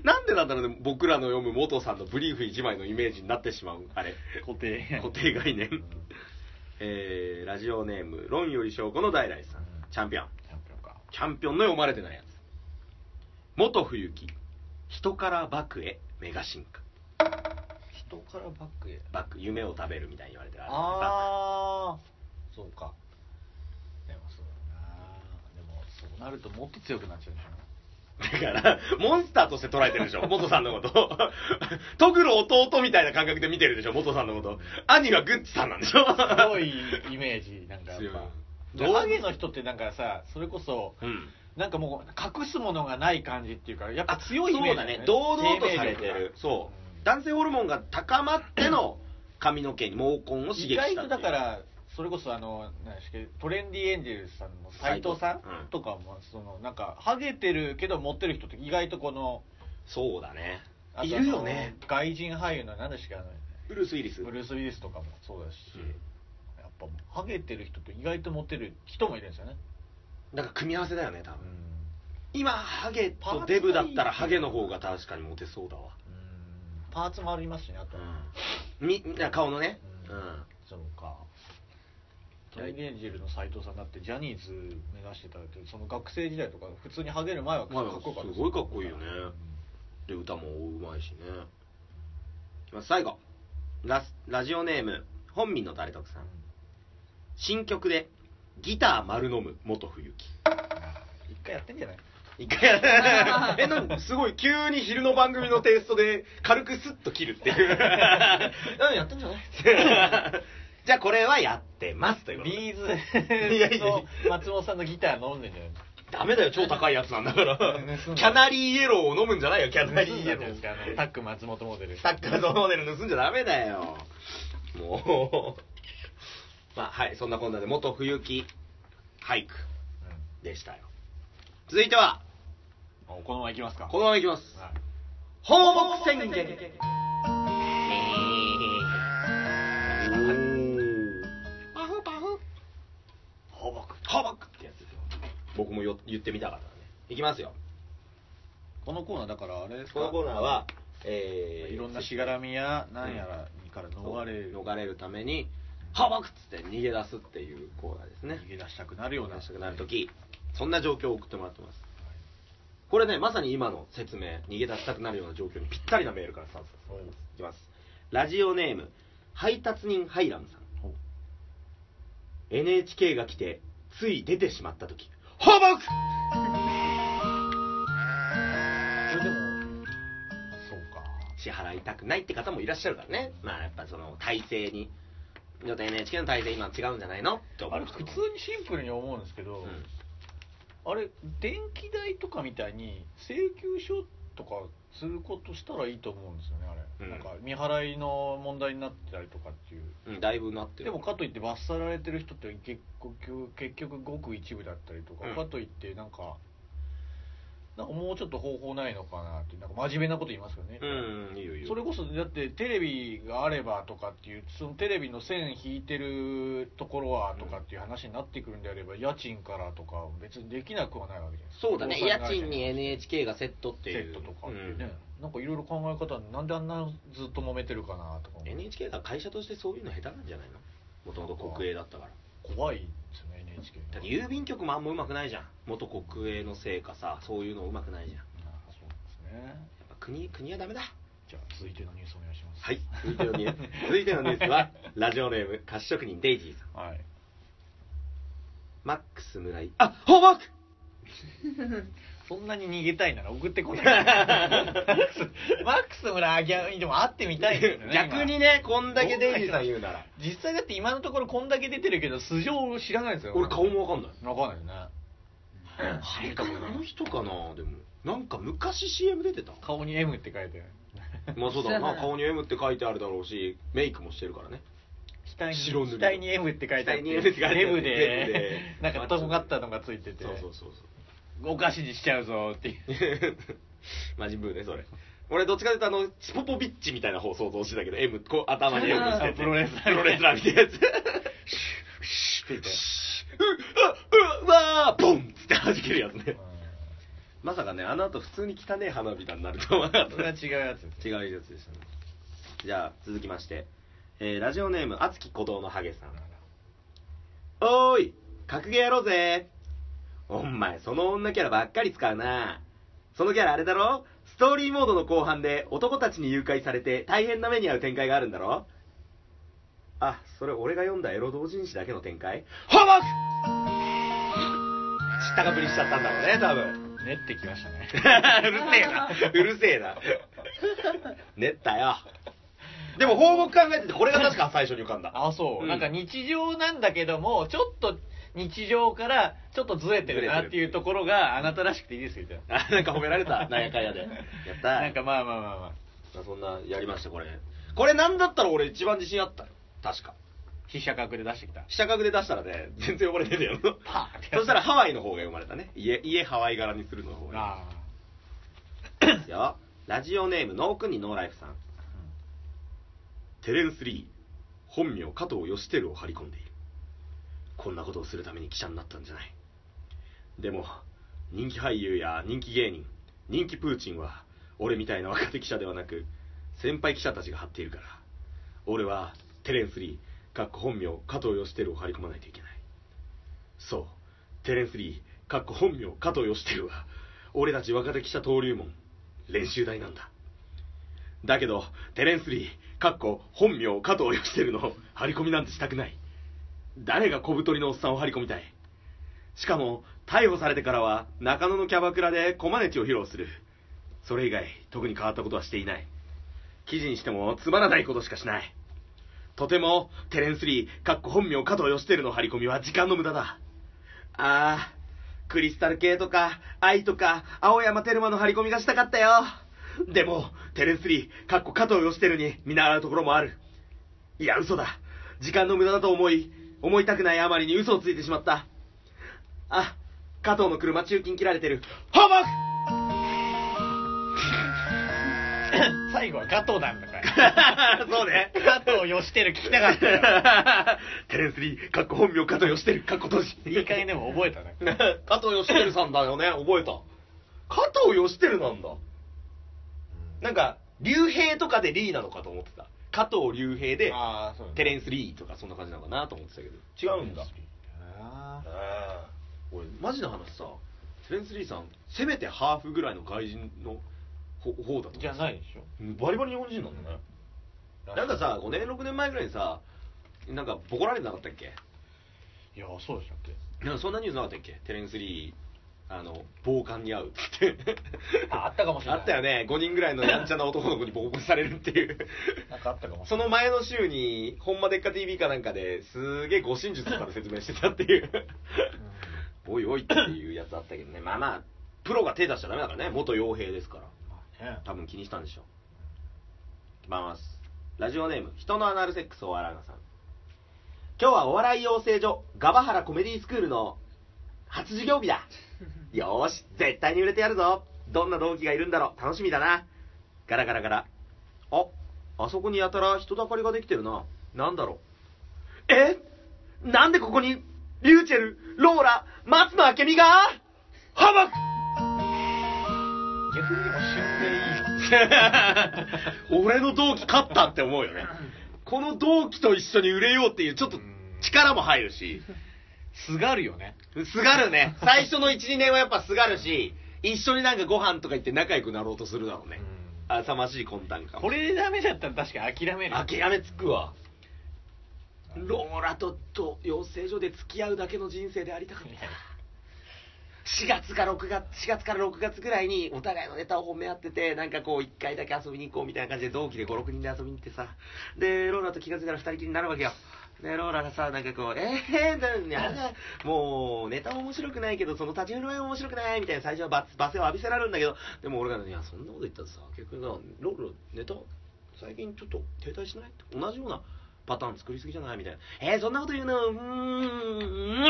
S3: なんでなんだろうね、僕らの読む元さんのブリーフ一枚のイメージになってしまう、あれ。
S2: 固定。
S3: 固定概念。えー、ラジオネーム、論より証拠の大来さん。チャンピオン。
S2: チャンピオンか。
S3: チャンピオンの読まれてないやつ。元冬木、人から幕へ、メガ進化。
S2: 人からバックへ。
S3: 幕、夢を食べるみたいに言われてる。
S2: あ
S3: あ
S2: ー、そうか。でもそうだなでもそうなるともっと強くなっちゃうでし
S3: れだから、モンスターとして捉えてるでしょ、元さんのこと。トグロ弟みたいな感覚で見てるでしょ、元さんのこと。兄はグッチさんなんでしょ。
S2: ょ。すごいイメージ、なんかやっ
S3: 強い
S2: ぱ。
S3: どう
S2: 影の人ってなんかさ、それこそ、
S3: うん。
S2: なんかもう隠すものがない感じっていうか、やっぱ強いイメージ、
S3: そうだね堂々とされて
S2: 生命力
S3: る
S2: が
S3: そう男性ホルモンが高まっての髪の毛に毛根を刺激
S2: 意
S3: したって
S2: 外
S3: いう
S2: とだからそれこそあの何でしたっけトレンディエンジェルさんの斎藤さ
S3: 斉藤うん
S2: んとかもそのなんかハゲてるけど持ってる人って意外とこの
S3: そうだね
S2: あと
S3: いるよね
S2: あの外人俳優の何でしたっけあの
S3: ブルース・ウィリス
S2: ブルース・ウィリスとかもそうだし、
S3: うん
S2: やっぱハゲてる人って意外と持ってる人もいるんですよね、
S3: だから組み合わせだよね多分今ハゲとデブだったらハゲの方が確かにモテそうだわ
S2: パーツもありますしねあと、
S3: うんみ顔のね
S2: うん
S3: うん
S2: そうかトレンディエンジェルの斎藤さんだってジャニーズ目指してたけどその学生時代とか普通にハゲる前はかっこよかったです
S3: ごいかっこいいよね
S2: うん
S3: で歌もうまいしねいきます最後ラスラジオネーム本民の誰得さん新曲でギター丸飲む元冬木
S2: 一回やってん じゃない
S3: 一回えなんかすごい急に昼の番組のテイストで軽くスッと切るっていう
S2: うん、やってんじゃない
S3: じゃあこれはやってますということで
S2: ビー
S3: いやい
S2: ズ
S3: や
S2: の松本さんのギター飲んでんじゃない
S3: ダメだよ超高いやつなんだから
S2: ねそう
S3: キャナリーイエローを飲むんじゃないよキャナリ
S2: い
S3: ー
S2: い
S3: イエ
S2: や
S3: ロ
S2: つ
S3: ー
S2: ですか、あの、タック松本モデル。
S3: サッカーのモデル盗んじゃダメだよもうまあはいそんなこんなで元冬木俳句
S2: う
S3: でしたよ続いては
S2: んおこのままいきますか。
S3: このままいきます
S2: はい
S3: 放牧宣言パフパフ放牧放牧ってやつですよ僕もよ言ってみたかったねいきますよ
S2: このコーナーだからあれですか
S3: このコーナーはえー
S2: いろんなしがらみやなんやらにから逃れる、
S3: 逃れるために放牧っつって逃げ出すっていうコーナーですね
S2: 逃げ出したくなるような
S3: 出したくなるときそんな状況を送ってもらってますこれねまさに今の説明逃げ出したくなるような状況にぴったりなメールからスタートさせてもらいますいきますラジオネーム配達人ハイラムさん NHK が来てつい出てしまった時放牧
S2: それでもそうか
S3: 支払いたくないって方もいらっしゃるからねまあやっぱその体制にちょっと NHK の体制今違うんじゃないのって思
S2: あれ
S3: う人
S2: 普
S3: も
S2: 通にシンプルに思うんですけど、
S3: うん
S2: あれ電気代とかみたいに請求書とかすることしたらいいと思うんですよねあれ、
S3: うん
S2: なんか未払いの問題になってたりとかっていう
S3: うん、だいぶなってる
S2: でもかといって罰せられてる人って結局結局ごく一部だったりとか、
S3: うん
S2: かといってなんかなんかもうちょっと方法ないのかなってなんか真面目なこと言いますよね、
S3: うんいいよいいよ
S2: それこそだってテレビがあればとかっていうそのテレビの線引いてるところはとかっていう話になってくるんであれば、家賃からとか別にできなくはないわけじゃないですか
S3: そうだね
S2: 不動
S3: 家
S2: 産会社
S3: 賃に NHK がセットって
S2: セ
S3: いう
S2: ットとかっていうね、なんかいろいろ考え方なんであんなずっと揉めてるかなとか
S3: うん NHK が会社としてそういうの下手なんじゃないのもともと国営だったから
S2: 怖いですよね NHK
S3: だって郵便局もあんまうまくないじゃん元国営のせいかさそういうのうまくないじゃんや
S2: あそうですね
S3: っぱ国国はダメだ
S2: じゃあ続いてのニュースお願いします
S3: はい続いての ニュー ス続いてのニュースはラジオネーム菓子職人デイジーさん
S2: はい
S3: マックス村井あ放牧
S5: そんなに逃げたいなら送ってこない。マックス村アギャにでも会ってみたいですよね。今
S3: 逆にね、こんだけデイジーさん言うなら。
S5: 実際だって今のところこんだけ出てるけど、素性を知らないですよ。
S3: 俺顔もわかんない。
S5: わかんないよね。
S3: あれかな、あの人かな、でも。なんか昔 CM 出てた
S5: 顔に M って書いてある。
S3: まあそうだな、顔に M って書いてあるだろうし、メイクもしてるからね。
S5: 額に
S3: 白塗り
S5: 額に M って書いてあ
S3: 額に M って書いてあって
S5: レブ
S3: レブ
S5: で
S3: で、
S5: なんかとんがったのがついてて、
S3: そうそうそう
S5: お菓子にしちゃうぞっていう。
S3: そう。マジブーね、それ。俺どっちかというとあの、チポポビッチみたいな方想像してたけど、M、こう頭に M してて。
S5: プロレスラー
S3: プロレスラーみたいなやつ。シュッ シュッシュッう、う、う、わー、ボンっつって弾けるやつね。まさかね、あの後普通に汚ねえ花火だになるとは思わなかっ
S5: そ
S3: た。
S5: れは違うやつです。
S3: 違うやつでしたねじゃあ続きまして、えーラジオネーム熱き鼓動のハゲさんおーい格ゲーやろうぜお前その女キャラばっかり使うなそのキャラあれだろストーリーモードの後半で男たちに誘拐されて大変な目に遭う展開があるんだろあそれ俺が読んだエロ同人誌だけの展開ハマク知ったかぶりしちゃったんだろうね多分
S5: 練ってきましたね。
S3: うるせえな。うるせえな。練ったよ。でも放牧考えてて、これが確か最初に浮かんだ。
S5: あ、そう、
S3: うん
S5: なんか日常なんだけども、ちょっと日常からちょっとずれてるなっていうところがあなたらしくていいですよ、みたいな。
S3: あなんか褒められ た、なんやかんやで。やったー。
S5: なんかまあまあまあまあ。
S3: まあそんな、やりました、これ。これなんだったら俺一番自信あったよ。確か。
S5: 飛車角で出してきた。
S3: 飛車角で出したらね、全然呼ばれてるよ。
S5: パーンって
S3: そしたらハワイの方が生まれたね。家、家ハワイ柄にするの方が。
S5: あ
S3: ですよラジオネームノークニノーライフさん、テレン3本名加藤義輝を張り込んでいるこんなことをするために記者になったんじゃないでも人気俳優や人気芸人人気プーチンは俺みたいな若手記者ではなく先輩記者たちが張っているから俺はテレン3かっこ本名加藤義輝を張り込まないといけないそう、テレンス・リー、かっこ本名、加藤義輝は、俺たち若手記者登竜門、練習台なんだ。だけど、テレンス・リー、かっこ本名、加藤義輝の張り込みなんてしたくない。誰が小太りのおっさんを張り込みたい。しかも、逮捕されてからは、中野のキャバクラでコマネチを披露する。それ以外、特に変わったことはしていない。記事にしても、つまらないことしかしない。とても、テレンス・リー、かっこ本名、加藤義輝の張り込みは時間の無駄だ。ああ、クリスタル系とか、愛とか、青山テルマの張り込みがしたかったよ。でも、テレンスリー、かっこ加藤義輝に見習うところもある。いや、嘘だ。時間の無駄だと思い、思いたくないあまりに嘘をついてしまった。あ、加藤の車中金切られてる。ハマク
S5: ー 最後は加藤なんだから。
S3: そうね。
S5: 加藤義輝聞きたかったよ。
S3: テレンスリー、かっこ本名加藤義輝、かっこ閉じ。
S5: いい加減 でも覚えたね。
S3: 加藤義輝さんだよね、覚えた。加藤義輝なんだ。なんか、竜兵とかでリーなのかと思ってた。加藤竜兵で、
S5: ああ、そう
S3: テレンスリーとかそんな感じなのかなと思ってたけど。違うんだ。
S5: あ
S3: うん俺、マジな話さ、テレンスリーさん、せめてハーフぐらいの外人のほ方だと思って
S5: ー
S3: た
S5: じゃないでしょ。
S3: バリバリ日本人なんだね。なんかさ、5年、6年前ぐらいにさ、なんかボコられてなかったっけ
S5: いや、そうでしたっけ。
S3: なんかそんなニュースなかったっけテレンスリー、あの、暴漢に会うって言って。
S5: ああったかもしれない
S3: あったよね。5人ぐらいのやんちゃな男の子にボコボコされるって いう。
S5: なんかあったかもしれ
S3: その前の週に、ほんまでっか TV かなんかですげえ護身術とかで説明してたっていう。おいおいっていうやつあったけどね。まあまあ、プロが手出しちゃダメだからね。元傭兵ですから。
S5: ない。ね
S3: 多分気にしたんでしょういきますラジオネーム人のアナルセックスお笑いなさん今日はお笑い養成所ガバハラコメディスクールの初授業日だよーし絶対に売れてやるぞどんな同期がいるんだろう楽しみだなガラガラガラああそこにやたら人だかりができてるななんだろうえなんでここにリューチェルローラ松野明美がハマク
S5: 逆にでも旬でいいよ。
S3: 俺の同期勝ったって思うよね。この同期と一緒に売れようっていう、ちょっと力も入るし、
S5: すがるよね。
S3: すがるね。最初の1、2年はやっぱすがるし、一緒になんかご飯とか行って仲良くなろうとするだろうね。あさましい魂胆か
S5: こ
S3: も。
S5: れでダメだったら確かに諦める。
S3: 諦めつくわ。ローラとと養成所で付き合うだけの人生でありたかった。 4月か6月、4月から6月ぐらいにお互いのネタを褒め合ってて、なんかこう、1回だけ遊びに行こうみたいな感じで、同期で5、6人で遊びに行ってさ、で、ローラと気が付いたら2人きりになるわけよ。で、ローラがさ、なんかこう、えー、なんやだ、もう、ネタ面白くないけど、その立ち振る舞いも面白くないみたいな、最初はバツ罵声を浴びせられるんだけど、でも俺が、いや、そんなこと言ったらさ、結局な、ローラ、ネタ、最近ちょっと停滞しない同じようなパターン作りすぎじゃないみたいな。えー、そんなこと言うのうーん、う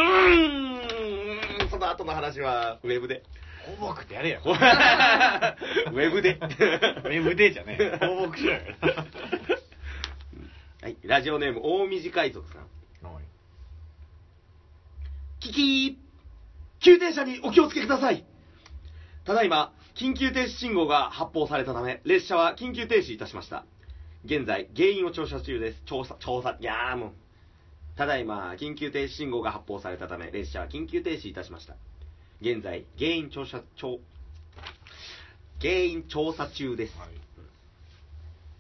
S3: ーん、その後の話は、ウェブで。
S2: 放牧ってやれよ。
S3: ウェブで。
S2: 腕じゃねえ。放牧じ ゃね
S3: はい、ラジオネーム、大短い族さん。キキー急停車にお気をつけくださいただいま、緊急停止信号が発報されたため、列車は緊急停止いたしました。現在、原因を調査中です。調査、調査、いやーもう。ただいま、緊急停止信号が発報されたため、列車は緊急停止いたしました。現在、原因調査、調、原因調査中です。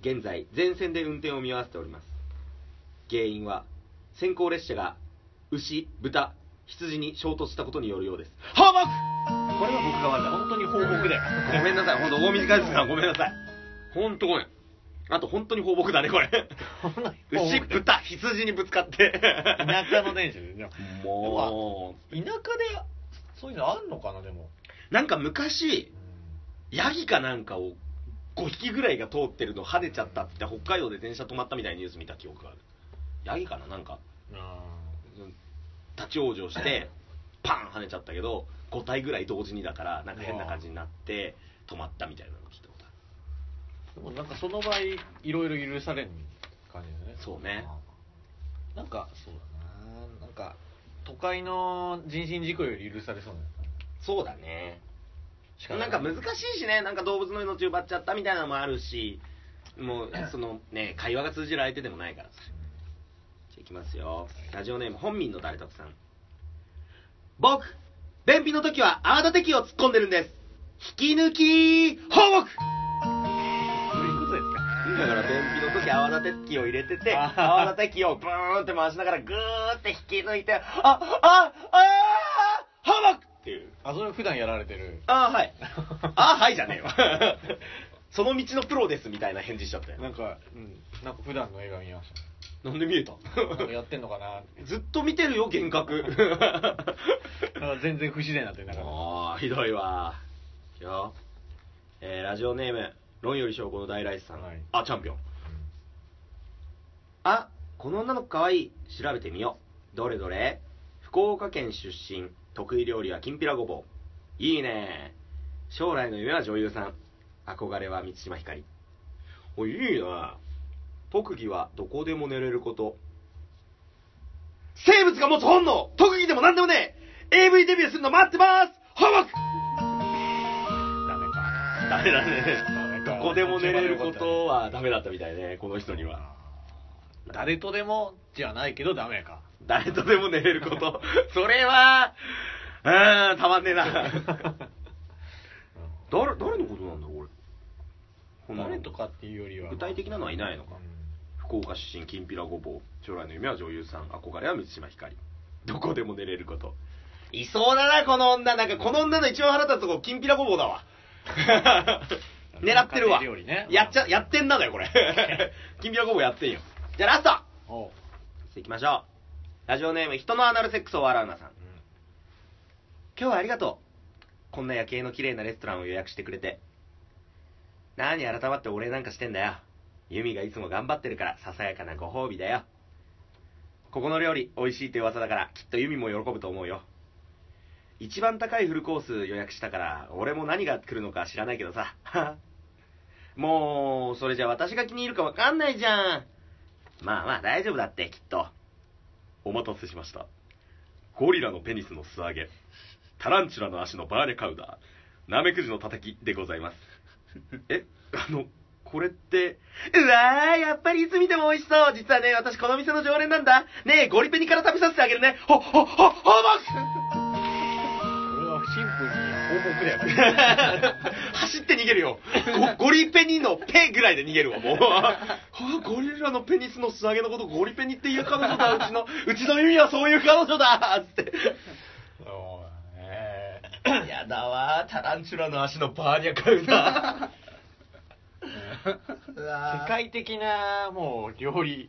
S3: 現在、全線で運転を見合わせております。原因は、先行列車が牛、豚、羊に衝突したことによるようです。放牧これは僕が悪だ。
S2: 本当に放牧だよ。
S3: ごめんなさい、本当大短いですから、ごめんなさい。本当ごめん。あと、本当に放牧だね、これ。牛、豚、羊にぶつかって。
S2: 田舎の電車で。でも
S3: も
S2: 田舎で、そういうのあんのかな、でも。
S3: う、なんか昔、ヤギかなんかを5匹ぐらいが通ってるの跳ねちゃったって北海道で電車止まったみたいなニュース見た記憶がある。ヤギかななんか、立ち往生して、パン跳ねちゃったけど、5体ぐらい同時にだから、なんか変な感じになって、止まったみたいなの聞いたことある。
S2: でもなんかその場合、いろいろ許される感じだよね。
S3: そうね。
S2: なんか、そうだな。なんか、都会の人身事故より許されそうだよ
S3: そうだね。
S2: し
S3: なんか難しいしね、なんか動物の命奪っちゃったみたいなのもあるし、もう、そのね、会話が通じる相手でもないからさ。じゃあいきますよ。ラジオネーム、本民の誰得さん。僕、便秘の時は泡立て器を突っ込んでるんです。引き抜き放牧
S2: どういうことですか
S3: だから便秘の時泡立て器を入れてて、
S2: あー
S3: 泡立て器をブーンって回しながらグーって引き抜いて、あ、あ、あー、放牧っていう。
S2: あ、それ普段やられてる。
S3: あーはい。あーはいじゃねえわ。 その道のプロですみたいな返事しちゃったよ。
S2: なんか、うん、なんか普段の映画見まし
S3: なんで見えた
S2: た。なんかやってんのかなって
S3: ずっと見てるよ、幻 覚。
S2: なんか全然不自然になってなかっ
S3: ああ、ひどいわ。いくよ。えー、ラジオネーム、論より証拠の大ライスさん。
S2: はい
S3: あ、チャンピオン。あ、この女の子かわいい。調べてみよう。どれどれ福岡県出身。得意料理はきんぴらごぼう。いいね。将来の夢は女優さん。憧れは満島ひかり。お、いいな。特技はどこでも寝れること。生物が持つ本能特技でも何でもねえ !AV デビューするの待ってます放牧
S2: た。ダメか。
S3: ダメだね。
S2: ダメか
S3: どこでも寝れることはダメだったみたいね、この人には。
S2: 誰とでもじゃないけどダメ か。
S3: 誰とでも寝れること。 それは、うーん、たまんねえな。 誰、誰のことなんだろう、俺。こんなの
S2: 誰とかっていうよりは。
S3: 具体的なのはいないの
S2: う
S3: か。
S2: ん
S3: 福岡出身きんぴらごぼう将来の夢は女優さん憧れは満島ひかりどこでも寝れることいそうだなこの女なんかこの女の一番腹立つとこきんぴらごぼうだ わ狙ってるわ、
S2: 家庭料理ね
S3: やっちゃやってんなだよこ れきんぴらごぼうやってんよじゃあラスト
S2: おう
S3: 行きましょうラジオネーム人のアナルセックスを笑うなさん今日はありがとうこんな夜景の綺麗なレストランを予約してくれて何改まってお礼なんかしてんだよユミがいつも頑張ってるからささやかなご褒美だよここの料理美味しいって噂だからきっとユミも喜ぶと思うよ一番高いフルコース予約したから俺も何が来るのか知らないけどさ もうそれじゃ私が気に入るかわかんないじゃんまあまあ大丈夫だってきっとお待たせしましたゴリラのペニスの素揚げタランチュラの足のバーレカウダーナメクジのたたきでございますえあのこれってうわーやっぱりいつ見ても美味しそう実はね私この店の常連なんだねえゴリペニから食べさせてあげるねほっほっほっほっ
S2: 俺はシンプルに放牧だよこれ。
S3: 走って逃げるよゴゴリペニのペぐらいで逃げるわもうはあゴリラのペニスの素揚げのことゴリペニっていう彼女だうちのうちの耳はそういう彼女だつって
S2: そうだね
S3: やだわタランチュラの足のバーニャ買うな うわ
S2: 世界的なもう料理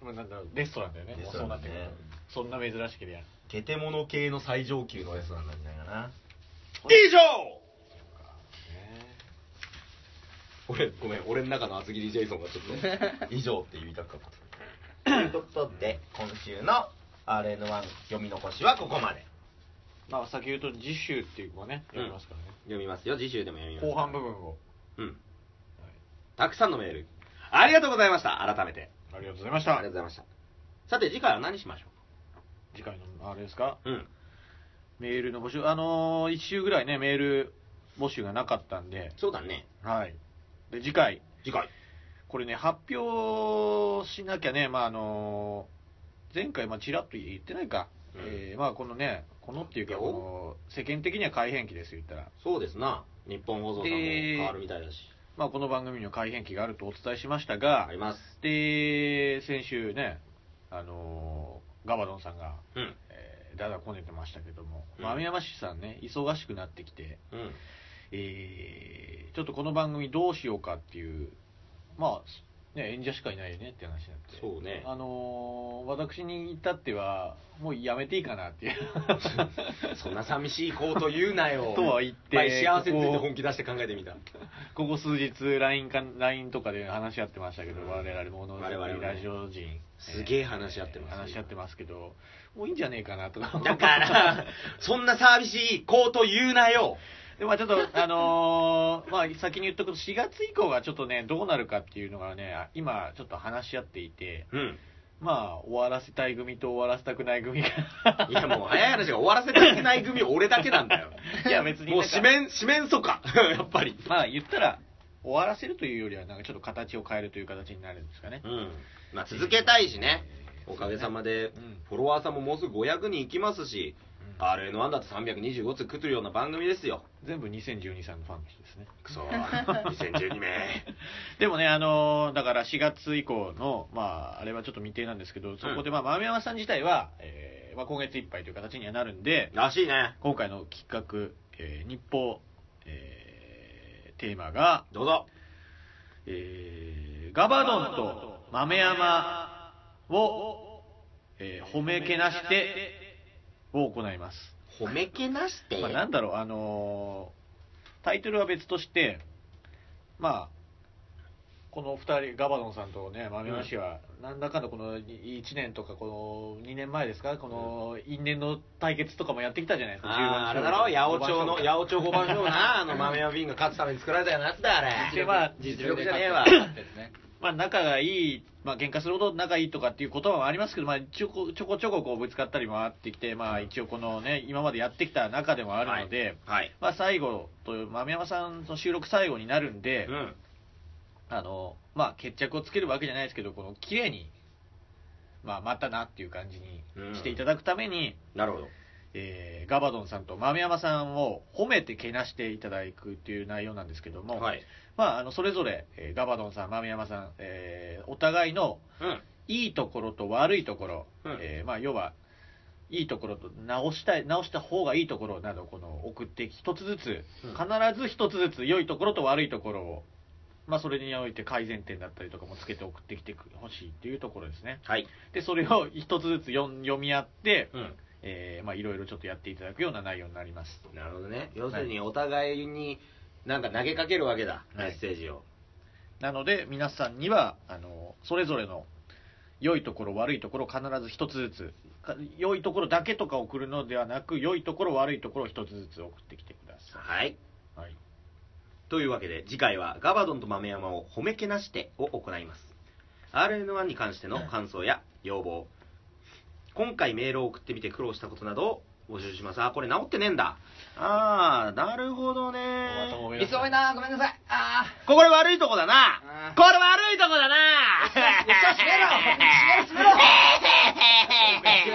S2: まあなんだろうレストランだよね
S3: レス
S2: そ
S3: トラ
S2: う
S3: ン
S2: な
S3: だ
S2: って
S3: ね
S2: くるとそんな珍しけりゃ
S3: ゲテモノ系の最上級のやつなんだみたいな
S2: 以上
S3: 俺ごめん俺の中の厚切りジェイソンがちょ っと以上って言いたかったということで今週の RN1 読み残しはここまで
S2: まあ先言うと次週っていうのもねやりますからね、
S3: 読みますよ次週でも読みます
S2: 後半部分を
S3: うんたくさんのメールありがとうございました改めて
S2: ありがとうございまし
S3: ありが
S2: た
S3: とうございましたさて次回は何しましょ
S2: 次回のあれですか
S3: ううん
S2: メールの募集あのー、1週ぐらいねメール募集がなかったんで
S3: そうだね
S2: はいで次回
S3: 次回
S2: これね発表しなきゃねまああのー前回まあちらっと言ってないか、
S3: うん
S2: えーまあこのねこのっていうか
S3: いや
S2: この世間的には改変期ですよ言ったら
S3: そうですな日本放送さんも変わるみたいだし、
S2: まあ、この番組には改変期があるとお伝えしましたが
S3: あ、ります
S2: で、先週ね、あのーガバドンさんが、
S3: うん
S2: えーだだこねてましたけども、
S3: うん
S2: まあ網山氏さんね、忙しくなってきて、
S3: うん
S2: えーちょっとこの番組どうしようかっていう、まあ、ね、演者しかいないよねって話になって、
S3: そうね
S2: あのー私に至っては、もうやめていいかな っていう。
S3: そんな寂しいこと言うなよ
S2: とは言って
S3: まあ幸せについて本気出して考えてみた
S2: ここ数日 LINE, か LINE とかで話し合ってましたけど、
S3: うん
S2: 我々ものづ
S3: 我々も
S2: くり
S3: ね
S2: ラジオ人、
S3: すげえ話し合ってます
S2: 話し合ってますけどもういいんじゃねえかなとか
S3: だから、そんな寂しいこと言うなよ。
S2: でもまあちょっとあのーまあ先に言っとくと4月以降がちょっとねどうなるかっていうのがね今ちょっと話し合っていて
S3: うん。
S2: まあ終わらせたい組と終わらせたくない組が
S3: いやもう早い話が終わらせていけない組俺だけなんだよ。
S2: いや別に
S3: もう四面、四面楚か。 やっぱり。
S2: まあ言ったら終わらせるというよりはなんかちょっと形を変えるという形になるんですかね
S3: うん。まあ続けたいしね。おかげさまで
S2: うん、
S3: フォロワーさんももうすぐ500人いきますし、
S2: うん
S3: RN1 だって325つ食ってるような番組ですよ。
S2: 全部2012さんのファンの人ですね
S3: く そー、2012名。
S2: でもね、あのーだから4月以降の、まあ、あれはちょっと未定なんですけど、そこで、まあ、豆山さん自体は、えーまあ、今月いっぱいという形にはなるんで、
S3: らしいね。
S2: 今回の企画、えー日報、えーテーマが、
S3: どうぞ。
S2: えーガバドンと豆山を、えー褒めけなして、を行います。
S3: 褒めけなして。
S2: まあ、なんだろう、あのータイトルは別として、まあ、この2人、ガバドンさんとね、豆ま氏は、なんだかんだこの1年とか、この2年前ですか、この因縁の対決とかもやってきたじゃないですか、
S3: あーあれだろ八百長の、八
S2: や
S3: 百長五番勝負 な、あの豆屋瓶が勝つために作られたようなやつだ、あれ。
S2: でま あ
S3: 実力じゃねえわ。
S2: まあ、仲がいい、まあ喧嘩するほど仲いいとかっていう言葉もありますけど、まあ、ちょこちょこちょここうぶつかったりもあってきて、まあ、一応このね、今までやってきた中でもあるので、
S3: はい。
S2: まあ、最後という、豆山さんの収録最後になるんで、
S3: うん。
S2: あの、まあ、決着をつけるわけじゃないですけど、この綺麗に、まあ、またなっていう感じに
S3: うん
S2: していただくために、
S3: なるほど。
S2: えーガバドンさんと豆山さんを褒めてけなしていただくっていう内容なんですけども、
S3: はい。
S2: まあ、あのそれぞれ、えーガバドンさん、豆山さん、えーお互いの
S3: うん。
S2: いいところと悪いところ、
S3: うん
S2: えーまあ、要は、いいところと直したい直した方がいいところなどこの送って一つずつ
S3: うん
S2: 必ず一つずつ良いところと悪いところを、まあ、それにおいて改善点だったりとかもつけて送ってきてほしいっていうところですね
S3: はい。
S2: でそれを一つずつ読ん読み合って、
S3: うん。
S2: えーまあ、いろいろちょっとやっていただくような内容になります
S3: なるほどね。要するに、お互いに、なんか投げかけるわけだ、メ
S2: はい
S3: ッセージを。
S2: なので皆さんにはあのそれぞれの良いところ悪いところを必ず一つずつか良いところだけとか送るのではなく良いところ悪いところを一つずつ送ってきてくださ
S3: はい。
S2: い、はい、
S3: というわけで、次回は、ガバドンと豆山を褒めけなしてを行います。RN1 に関しての感想や要望、今回メールを送ってみて苦労したことなどを募集します。あ、これ直ってねえんだ。あー、なるほどね
S2: お頭を
S3: ー。
S2: よろしく
S3: 急いな、ごめんなさい。あー。ここれ悪いとこだな。これ悪いとこだな。閉めろ閉めろ閉めろ
S4: あーご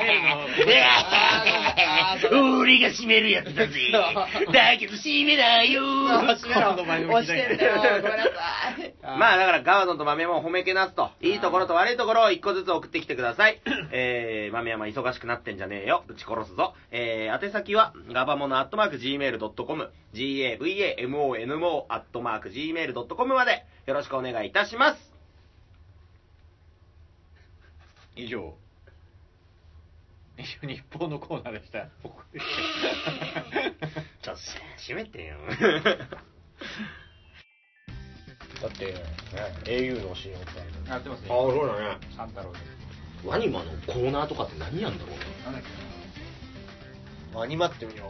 S4: めんあーごめん
S5: 俺が閉めるやつ だぜ。だけど閉めないよ。
S2: 押してるよ
S6: ごめんなさい。
S3: まあだからガードンと豆も褒めけなすと、いいところと悪いところを一個ずつ送ってきてください。えー、豆山忙しくなってんじゃねえよ。ぶち殺すぞ。えー、宛先は、ガバモノアットマーク Gmail.com、gavamono アットマーク Gmail.com まで、よろしくお願いいたします。
S2: 以上以上日報のコーナーで した僕
S3: ちょっと、閉めて よ。
S2: だって、ね、au の CM って
S4: やってますね。
S3: うだね。
S4: サンタロウで
S3: ワニマのコーナーとかって何やんだろうね。
S4: なんだっけ
S2: ワニマってみよ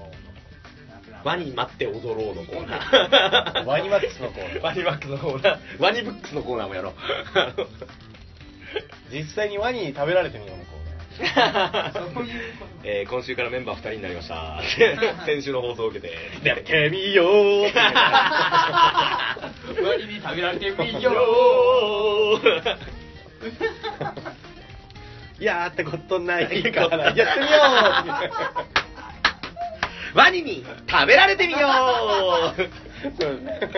S4: な
S3: ワニ待って踊ろうのコーナ ー。
S2: ワニマックスのコーナー
S3: ワニマックスのコーナー。ワニブックスのコーナーもやろう。
S2: う実際にワニに食べられてみようのコーナー
S3: えー今週からメンバー2人になりました 先週の放送を受けて「やってみよう」
S4: 割に食べられてみよ
S3: い やーってことないから
S2: やってみよ
S3: うワニに食べられてみよう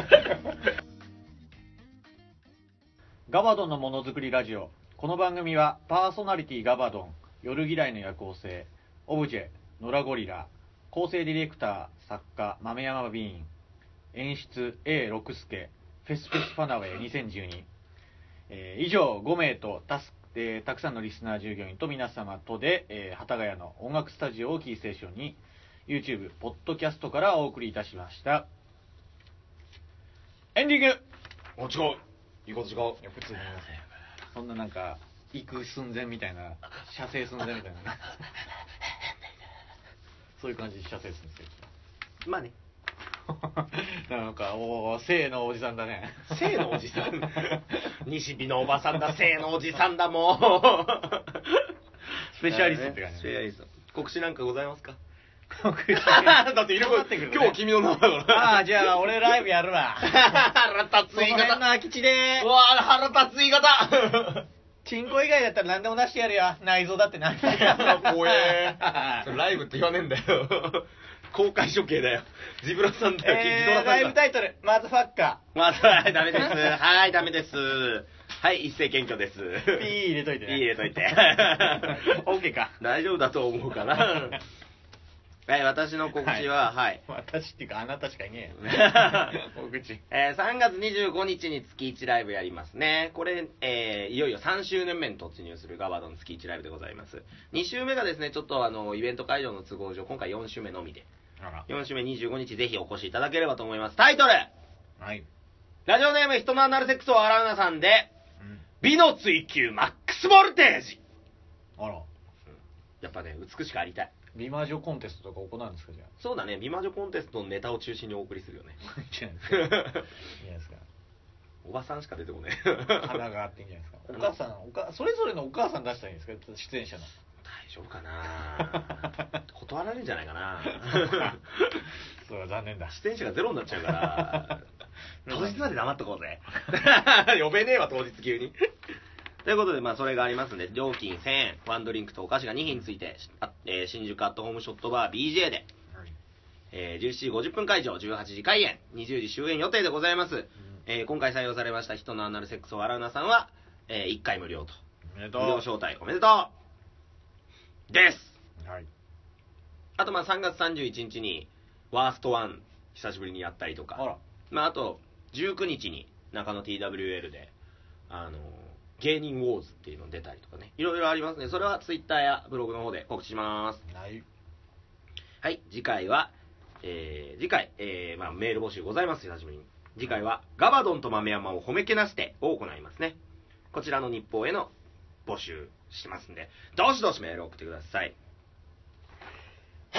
S2: ガバドンのものづくりラジオこの番組はパーソナリティガバドン夜嫌いの夜行性オブジェノラゴリラ構成ディレクター作家豆山ビーン演出 A 六助フェスフェスファナウェイ2012、えー以上5名とたす、えーたくさんのリスナー従業員と皆様とで、えー、幡ヶ谷の音楽スタジオをキーステーションに YouTube、ポッドキャストからお送りいたしましたエンディング
S3: お違ういいこと違う
S2: そんななんか、行く寸前みたいな、射精寸前みたいな。 そういう感じで射精するんですよ。
S3: まあね
S2: なんか、おお、性のおじさんだね。
S3: 性のおじ さ ん西日のおばさんだ性のおじさんだも う
S2: スペシャリストって感じ
S3: スペシャリスト告知なんかございますか
S2: だって色
S3: 今日君の名前だから
S2: ああ、じゃあ俺ライブやるわ。
S3: 腹立
S2: その辺の空き地で
S3: う、わあ腹立つ言い方
S2: チンコ以外だったら何でも出してやるよ。内臓だって何だ
S3: 怖えそれライブって言わねえんだよ 公開処刑だよジブラさんだよ、
S2: え
S3: キジド
S2: ー
S3: ラ
S2: ライ
S3: さん
S2: ブ
S3: だ
S2: タイトル、マズファッカ
S3: まあはいダ メですはいダメですはい一斉検挙です
S2: ー。ピー入れといて
S3: ピー
S2: ね。
S3: 入れといて
S2: OK か。
S3: 大丈夫だと思うか なはい私の告知ははい、
S2: 私っていうか、あなたしかいねえよ。 お口。
S3: えー3月25日に月1ライブやりますね。これ、えーいよいよ3周年目に突入するガバドン月1ライブでございます。2週目がですね、ちょっとあの、イベント会場の都合上、今回4週目のみで。4週目25日ぜひお越しいただければと思います。タイトル
S2: はい。
S3: ラジオネーム人のアナルセックスを洗うなさんで、
S2: うん
S3: 美の追求マックスボルテージ
S2: あら、
S3: やっぱね、美しくありたい。
S2: 美魔女コンテストとか行うんですか、 じゃあ。
S3: そうだね、美魔女コンテストのネタを中心にお送りするよね。
S2: いいじゃないですか。いいじゃないですか。
S3: おばさんしか出てこない。
S2: 花があっていいんじゃないですか。お母さん、おかそれぞれのお母さん出したらいいんですか、出演者の。
S3: 大丈夫かな断られるんじゃないかな
S2: それは残念だ。
S3: 出演者がゼロになっちゃうから、当日まで黙っとこうぜ。 呼べねえわ、当日急に。ということで、まあ、それがありますんで、料金1000円、ワンドリンクとお菓子が2品ついて、あえー新宿アットホームショットバー BJ で、えー17時50分会場、18時開演、20時終演予定でございます。えー今回採用されました人のアナルセックスを洗うなさんは、え1回無料と。
S2: おめでとう。
S3: 無料招待おめでとうです
S2: はい。
S3: あとまあ3月31日にワーストワン久しぶりにやったりとか
S2: あら、
S3: まあ、あと19日に中野 TWL であの芸人ウォーズっていうの出たりとかねいろいろありますねそれはツイッターやブログの方で告知します
S2: ない。
S3: はい次回は、えー次回、えーまあ、メール募集ございます久しぶりに次回は「ガバドンと豆山を褒めけなして」を行いますねこちらの日報への募集してますんでどしどしメールを送ってください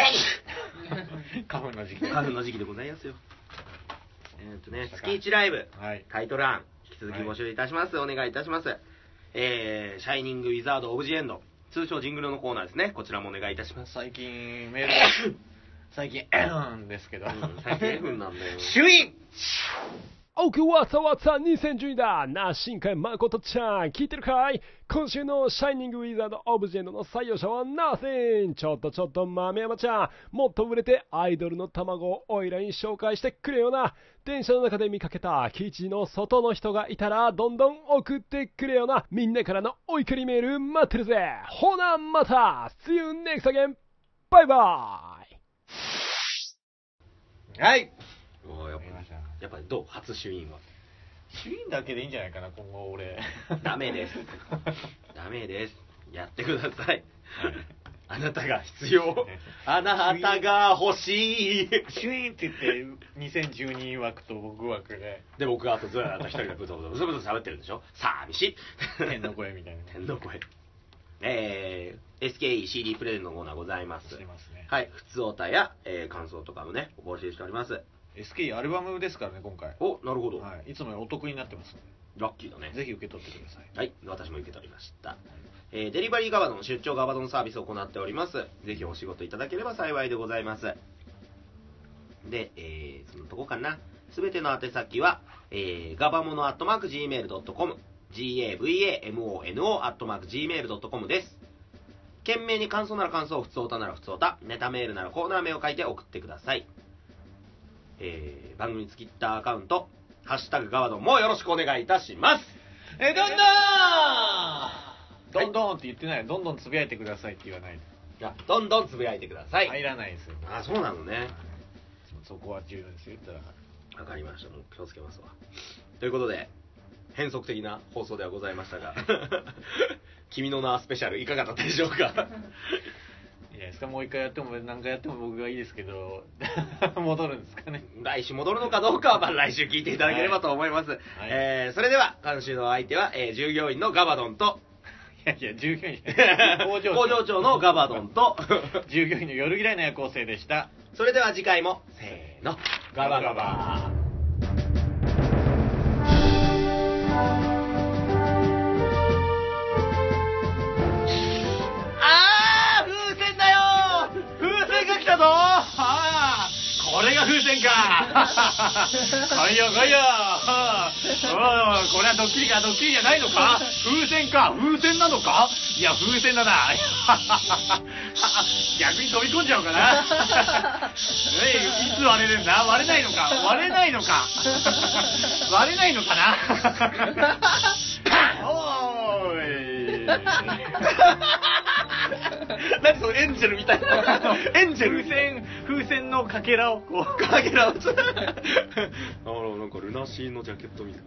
S2: 花粉の時期。
S3: 花粉の時期でございますよ。えーっとね、月1ライブ、
S2: はい。
S3: タイトル案、引き続き募集いたします。お願いいたします。えー、シャイニング・ウィザード・オブ・ジ・エンド、通称ジングルのコーナーですね。こちらもお願いいたします。
S2: 最近、メ ール、最近、うんですけど。
S3: うん最低分なんだよ。
S2: 主員
S6: オクワサワツァ2012だなあ、新海誠ちゃん聞いてるかい今週のシャイニングウィザードオブジェンドの採用者はナーセンちょっとちょっと豆山ちゃんもっと売れてアイドルの卵をオイラに紹介してくれよな電車の中で見かけた基地の外の人がいたらどんどん送ってくれよなみんなからのお怒りメール待ってるぜほなまた See you next again! バイバイ
S2: はい
S3: おーやっぱ
S2: わかりました
S3: やっぱりどう初主演は
S2: 主任だけでいいんじゃないかな今後俺
S3: ダメ ですダメですやってくださいあなたが必 要あなたが欲しい
S2: シュイーンって言って2012枠と僕枠で
S3: で僕があとずーっと一人でブツブツブツブツ喋ってるんでしょ寂しい
S2: 天の声みたいな
S3: 天の声えー、SKECD プレイのコーナーございます
S2: してますね
S3: はい普通おたや、えー感想とかもねお募集しております
S2: SK アルバムですからね今回
S3: おなるほど、
S2: はいいつもよりお得になってます
S3: ラッキーだね
S2: ぜひ受け取ってください
S3: はい、私も受け取りました。えーデリバリーガバドン、出張ガバドンサービスを行っております。ぜひお仕事いただければ幸いでございます。で、えーそのとこかな。すべての宛先は、えー、ガバモノアットマーク Gmail.com、gavamono アットマーク Gmail.com です。件名に感想なら感想、普通おたなら普通おた、ネタメールならコーナー名を書いて送ってください。えー番組ツイッターアカウント、ハッシュタグガバドンもよろしくお願いいたします。
S2: えどん
S3: ど
S2: ど
S3: ん
S2: んどんどんって言ってないどんどんつぶやいてくださいって言わないと
S3: じゃあどんどんつぶやいてください。
S2: 入らないですよ
S3: あ、そうなのね。
S2: そこは重要ですよ言ったら
S3: わかりました。もう気をつけますわ。ということで、変則的な放送ではございましたが、 君の名はスペシャルいかがだったでしょう か
S2: いいじゃないですかもう一回やっても何回やっても僕がいいですけど 戻るんですかね
S3: 来週戻るのかどうかは、まあ、来週聞いていただければと思います。えーそれでは、今週のお相手は、えー従業員のガバドンと、
S2: いやいや従業員
S3: 工場長のガバドンと、
S2: 従業員の夜嫌いな夜行性でした
S3: それでは次回も、せーの、ガバガバ。あー風船だよ風船が来たぞあーこれが風船か
S2: 来いよ来いよはあおいおいこれはドッキリかドッキリじゃないのか風船か風船なのかいや風船だな逆に飛び込んじゃおうかなえいいつ割れるんだ割れないのか割れないのか割れないのかな おーい何そのエンジェルみたいなエンジェル風船風船のかけらをこうかけ らを
S3: あらなんかルナシーのジャケットみたい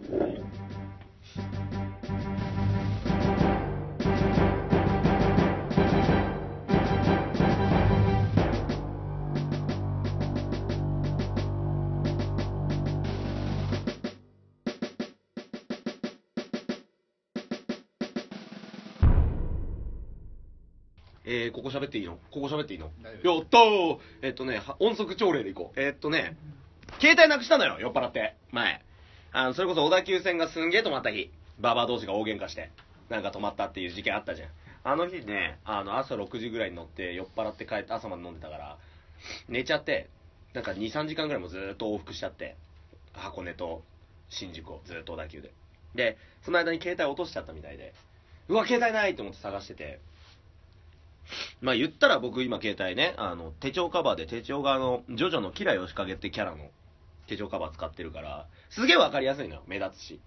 S3: えー、ここ喋っていいのここ喋っていいの
S4: 大丈夫
S3: やったーえっとね、は音速朝礼でいこう。えっとね、携帯なくしたのよ、酔っ払って。前。あの、それこそ小田急線がすんげえ止まった日。ババア同士が大喧嘩して。なんか止まったっていう事件あったじゃん。あの日ね、あの、朝6時ぐらいに乗って酔っ払って帰って朝まで飲んでたから、寝ちゃって、なんか2、3時間ぐらいもずーっと往復しちゃって。箱根と新宿をずっと小田急ででその間に携帯落としちゃったみたいでうわ携帯ないと思って探しててまあ言ったら僕今携帯ねあの手帳カバーで手帳があのジョジョの吉良義景ってキャラの手帳カバー使ってるからすげえわかりやすいのよ目立つし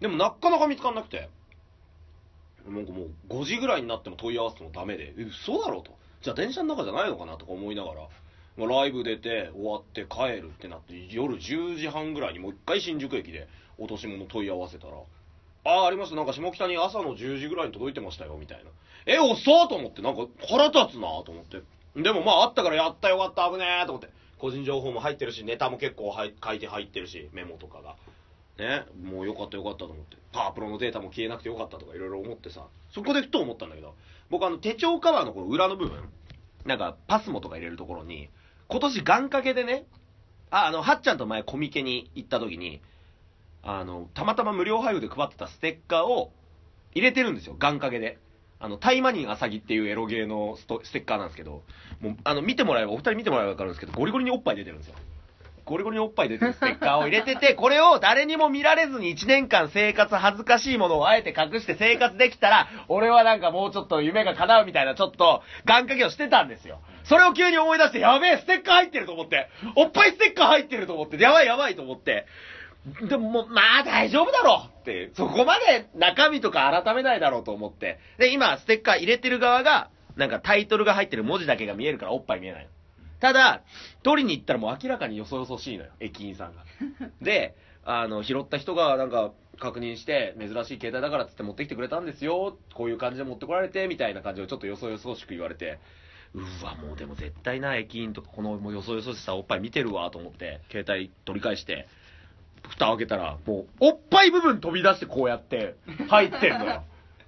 S3: でもなかなか見つかんなくてなんかもう5時ぐらいになっても問い合わせてもダメでえ嘘だろとじゃあ電車の中じゃないのかなとか思いながらまあライブ出て終わって帰るってなって夜10時半ぐらいにもう一回新宿駅で落とし物問い合わせたら「ああありましたなんか下北に朝の10時ぐらいに届いてましたよ」みたいな「え遅っ!」と思ってなんか腹立つなと思ってでもまああったからやったよかった危ねえと思って個人情報も入ってるしネタも結構入書いて入ってるしメモとかがねもうよかったよかったと思ってパワープロのデータも消えなくてよかったとかいろいろ思ってさそこでふと思ったんだけど僕あの手帳カバーのこの裏の部分なんかパスモとか入れるところに今年願掛けでねああのはっちゃんと前コミケに行った時にあのたまたま無料配布で配ってたステッカーを入れてるんですよ願掛けであのタイマニンアサギっていうエロゲーのストステッカーなんですけどもうあの見てもらえばお二人見てもらえば分かるんですけどゴリゴリにおっぱい出てるんですよゴリゴリにおっぱい出てるステッカーを入れて て、これを誰にも見られずに1年間生活恥ずかしいものをあえて隠して生活できたら、俺はなんかもうちょっと夢が叶うみたいなちょっと願掛けをしてたんですよ。それを急に思い出して、やべえ、ステッカー入ってると思って、おっぱいステッカー入ってると思って、やばいやばいと思って、でももう、まあ大丈夫だろうって、そこまで中身とか改めないだろうと思って。で、今、ステッカー入れてる側が、なんかタイトルが入ってる文字だけが見えるからおっぱい見えないの。ただ、取りに行ったらもう明らかによそよそしいのよ、駅員 さんが。で、あの、拾った人がなんか確認して、珍しい携帯だからっつって持ってきてくれたんですよ、こういう感じで持ってこられて、みたいな感じをちょっとよそよそしく言われて、うわ、もうでも絶対な、駅員とかこのもうよそよそしさおっぱい見てるわと思って、携帯取り返して、蓋を開けたら、もう、おっぱい部分飛び出してこうやって、入ってんのよ。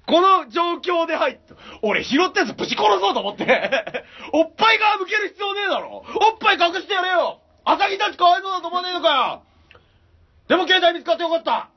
S3: この状況で入って、俺拾ったやつぶち殺そうと思って、 おっぱい側向ける必要ねえだろおっぱい隠してやれよ朝日たちかわいそうだと思わねえのかよでも携帯見つかってよかった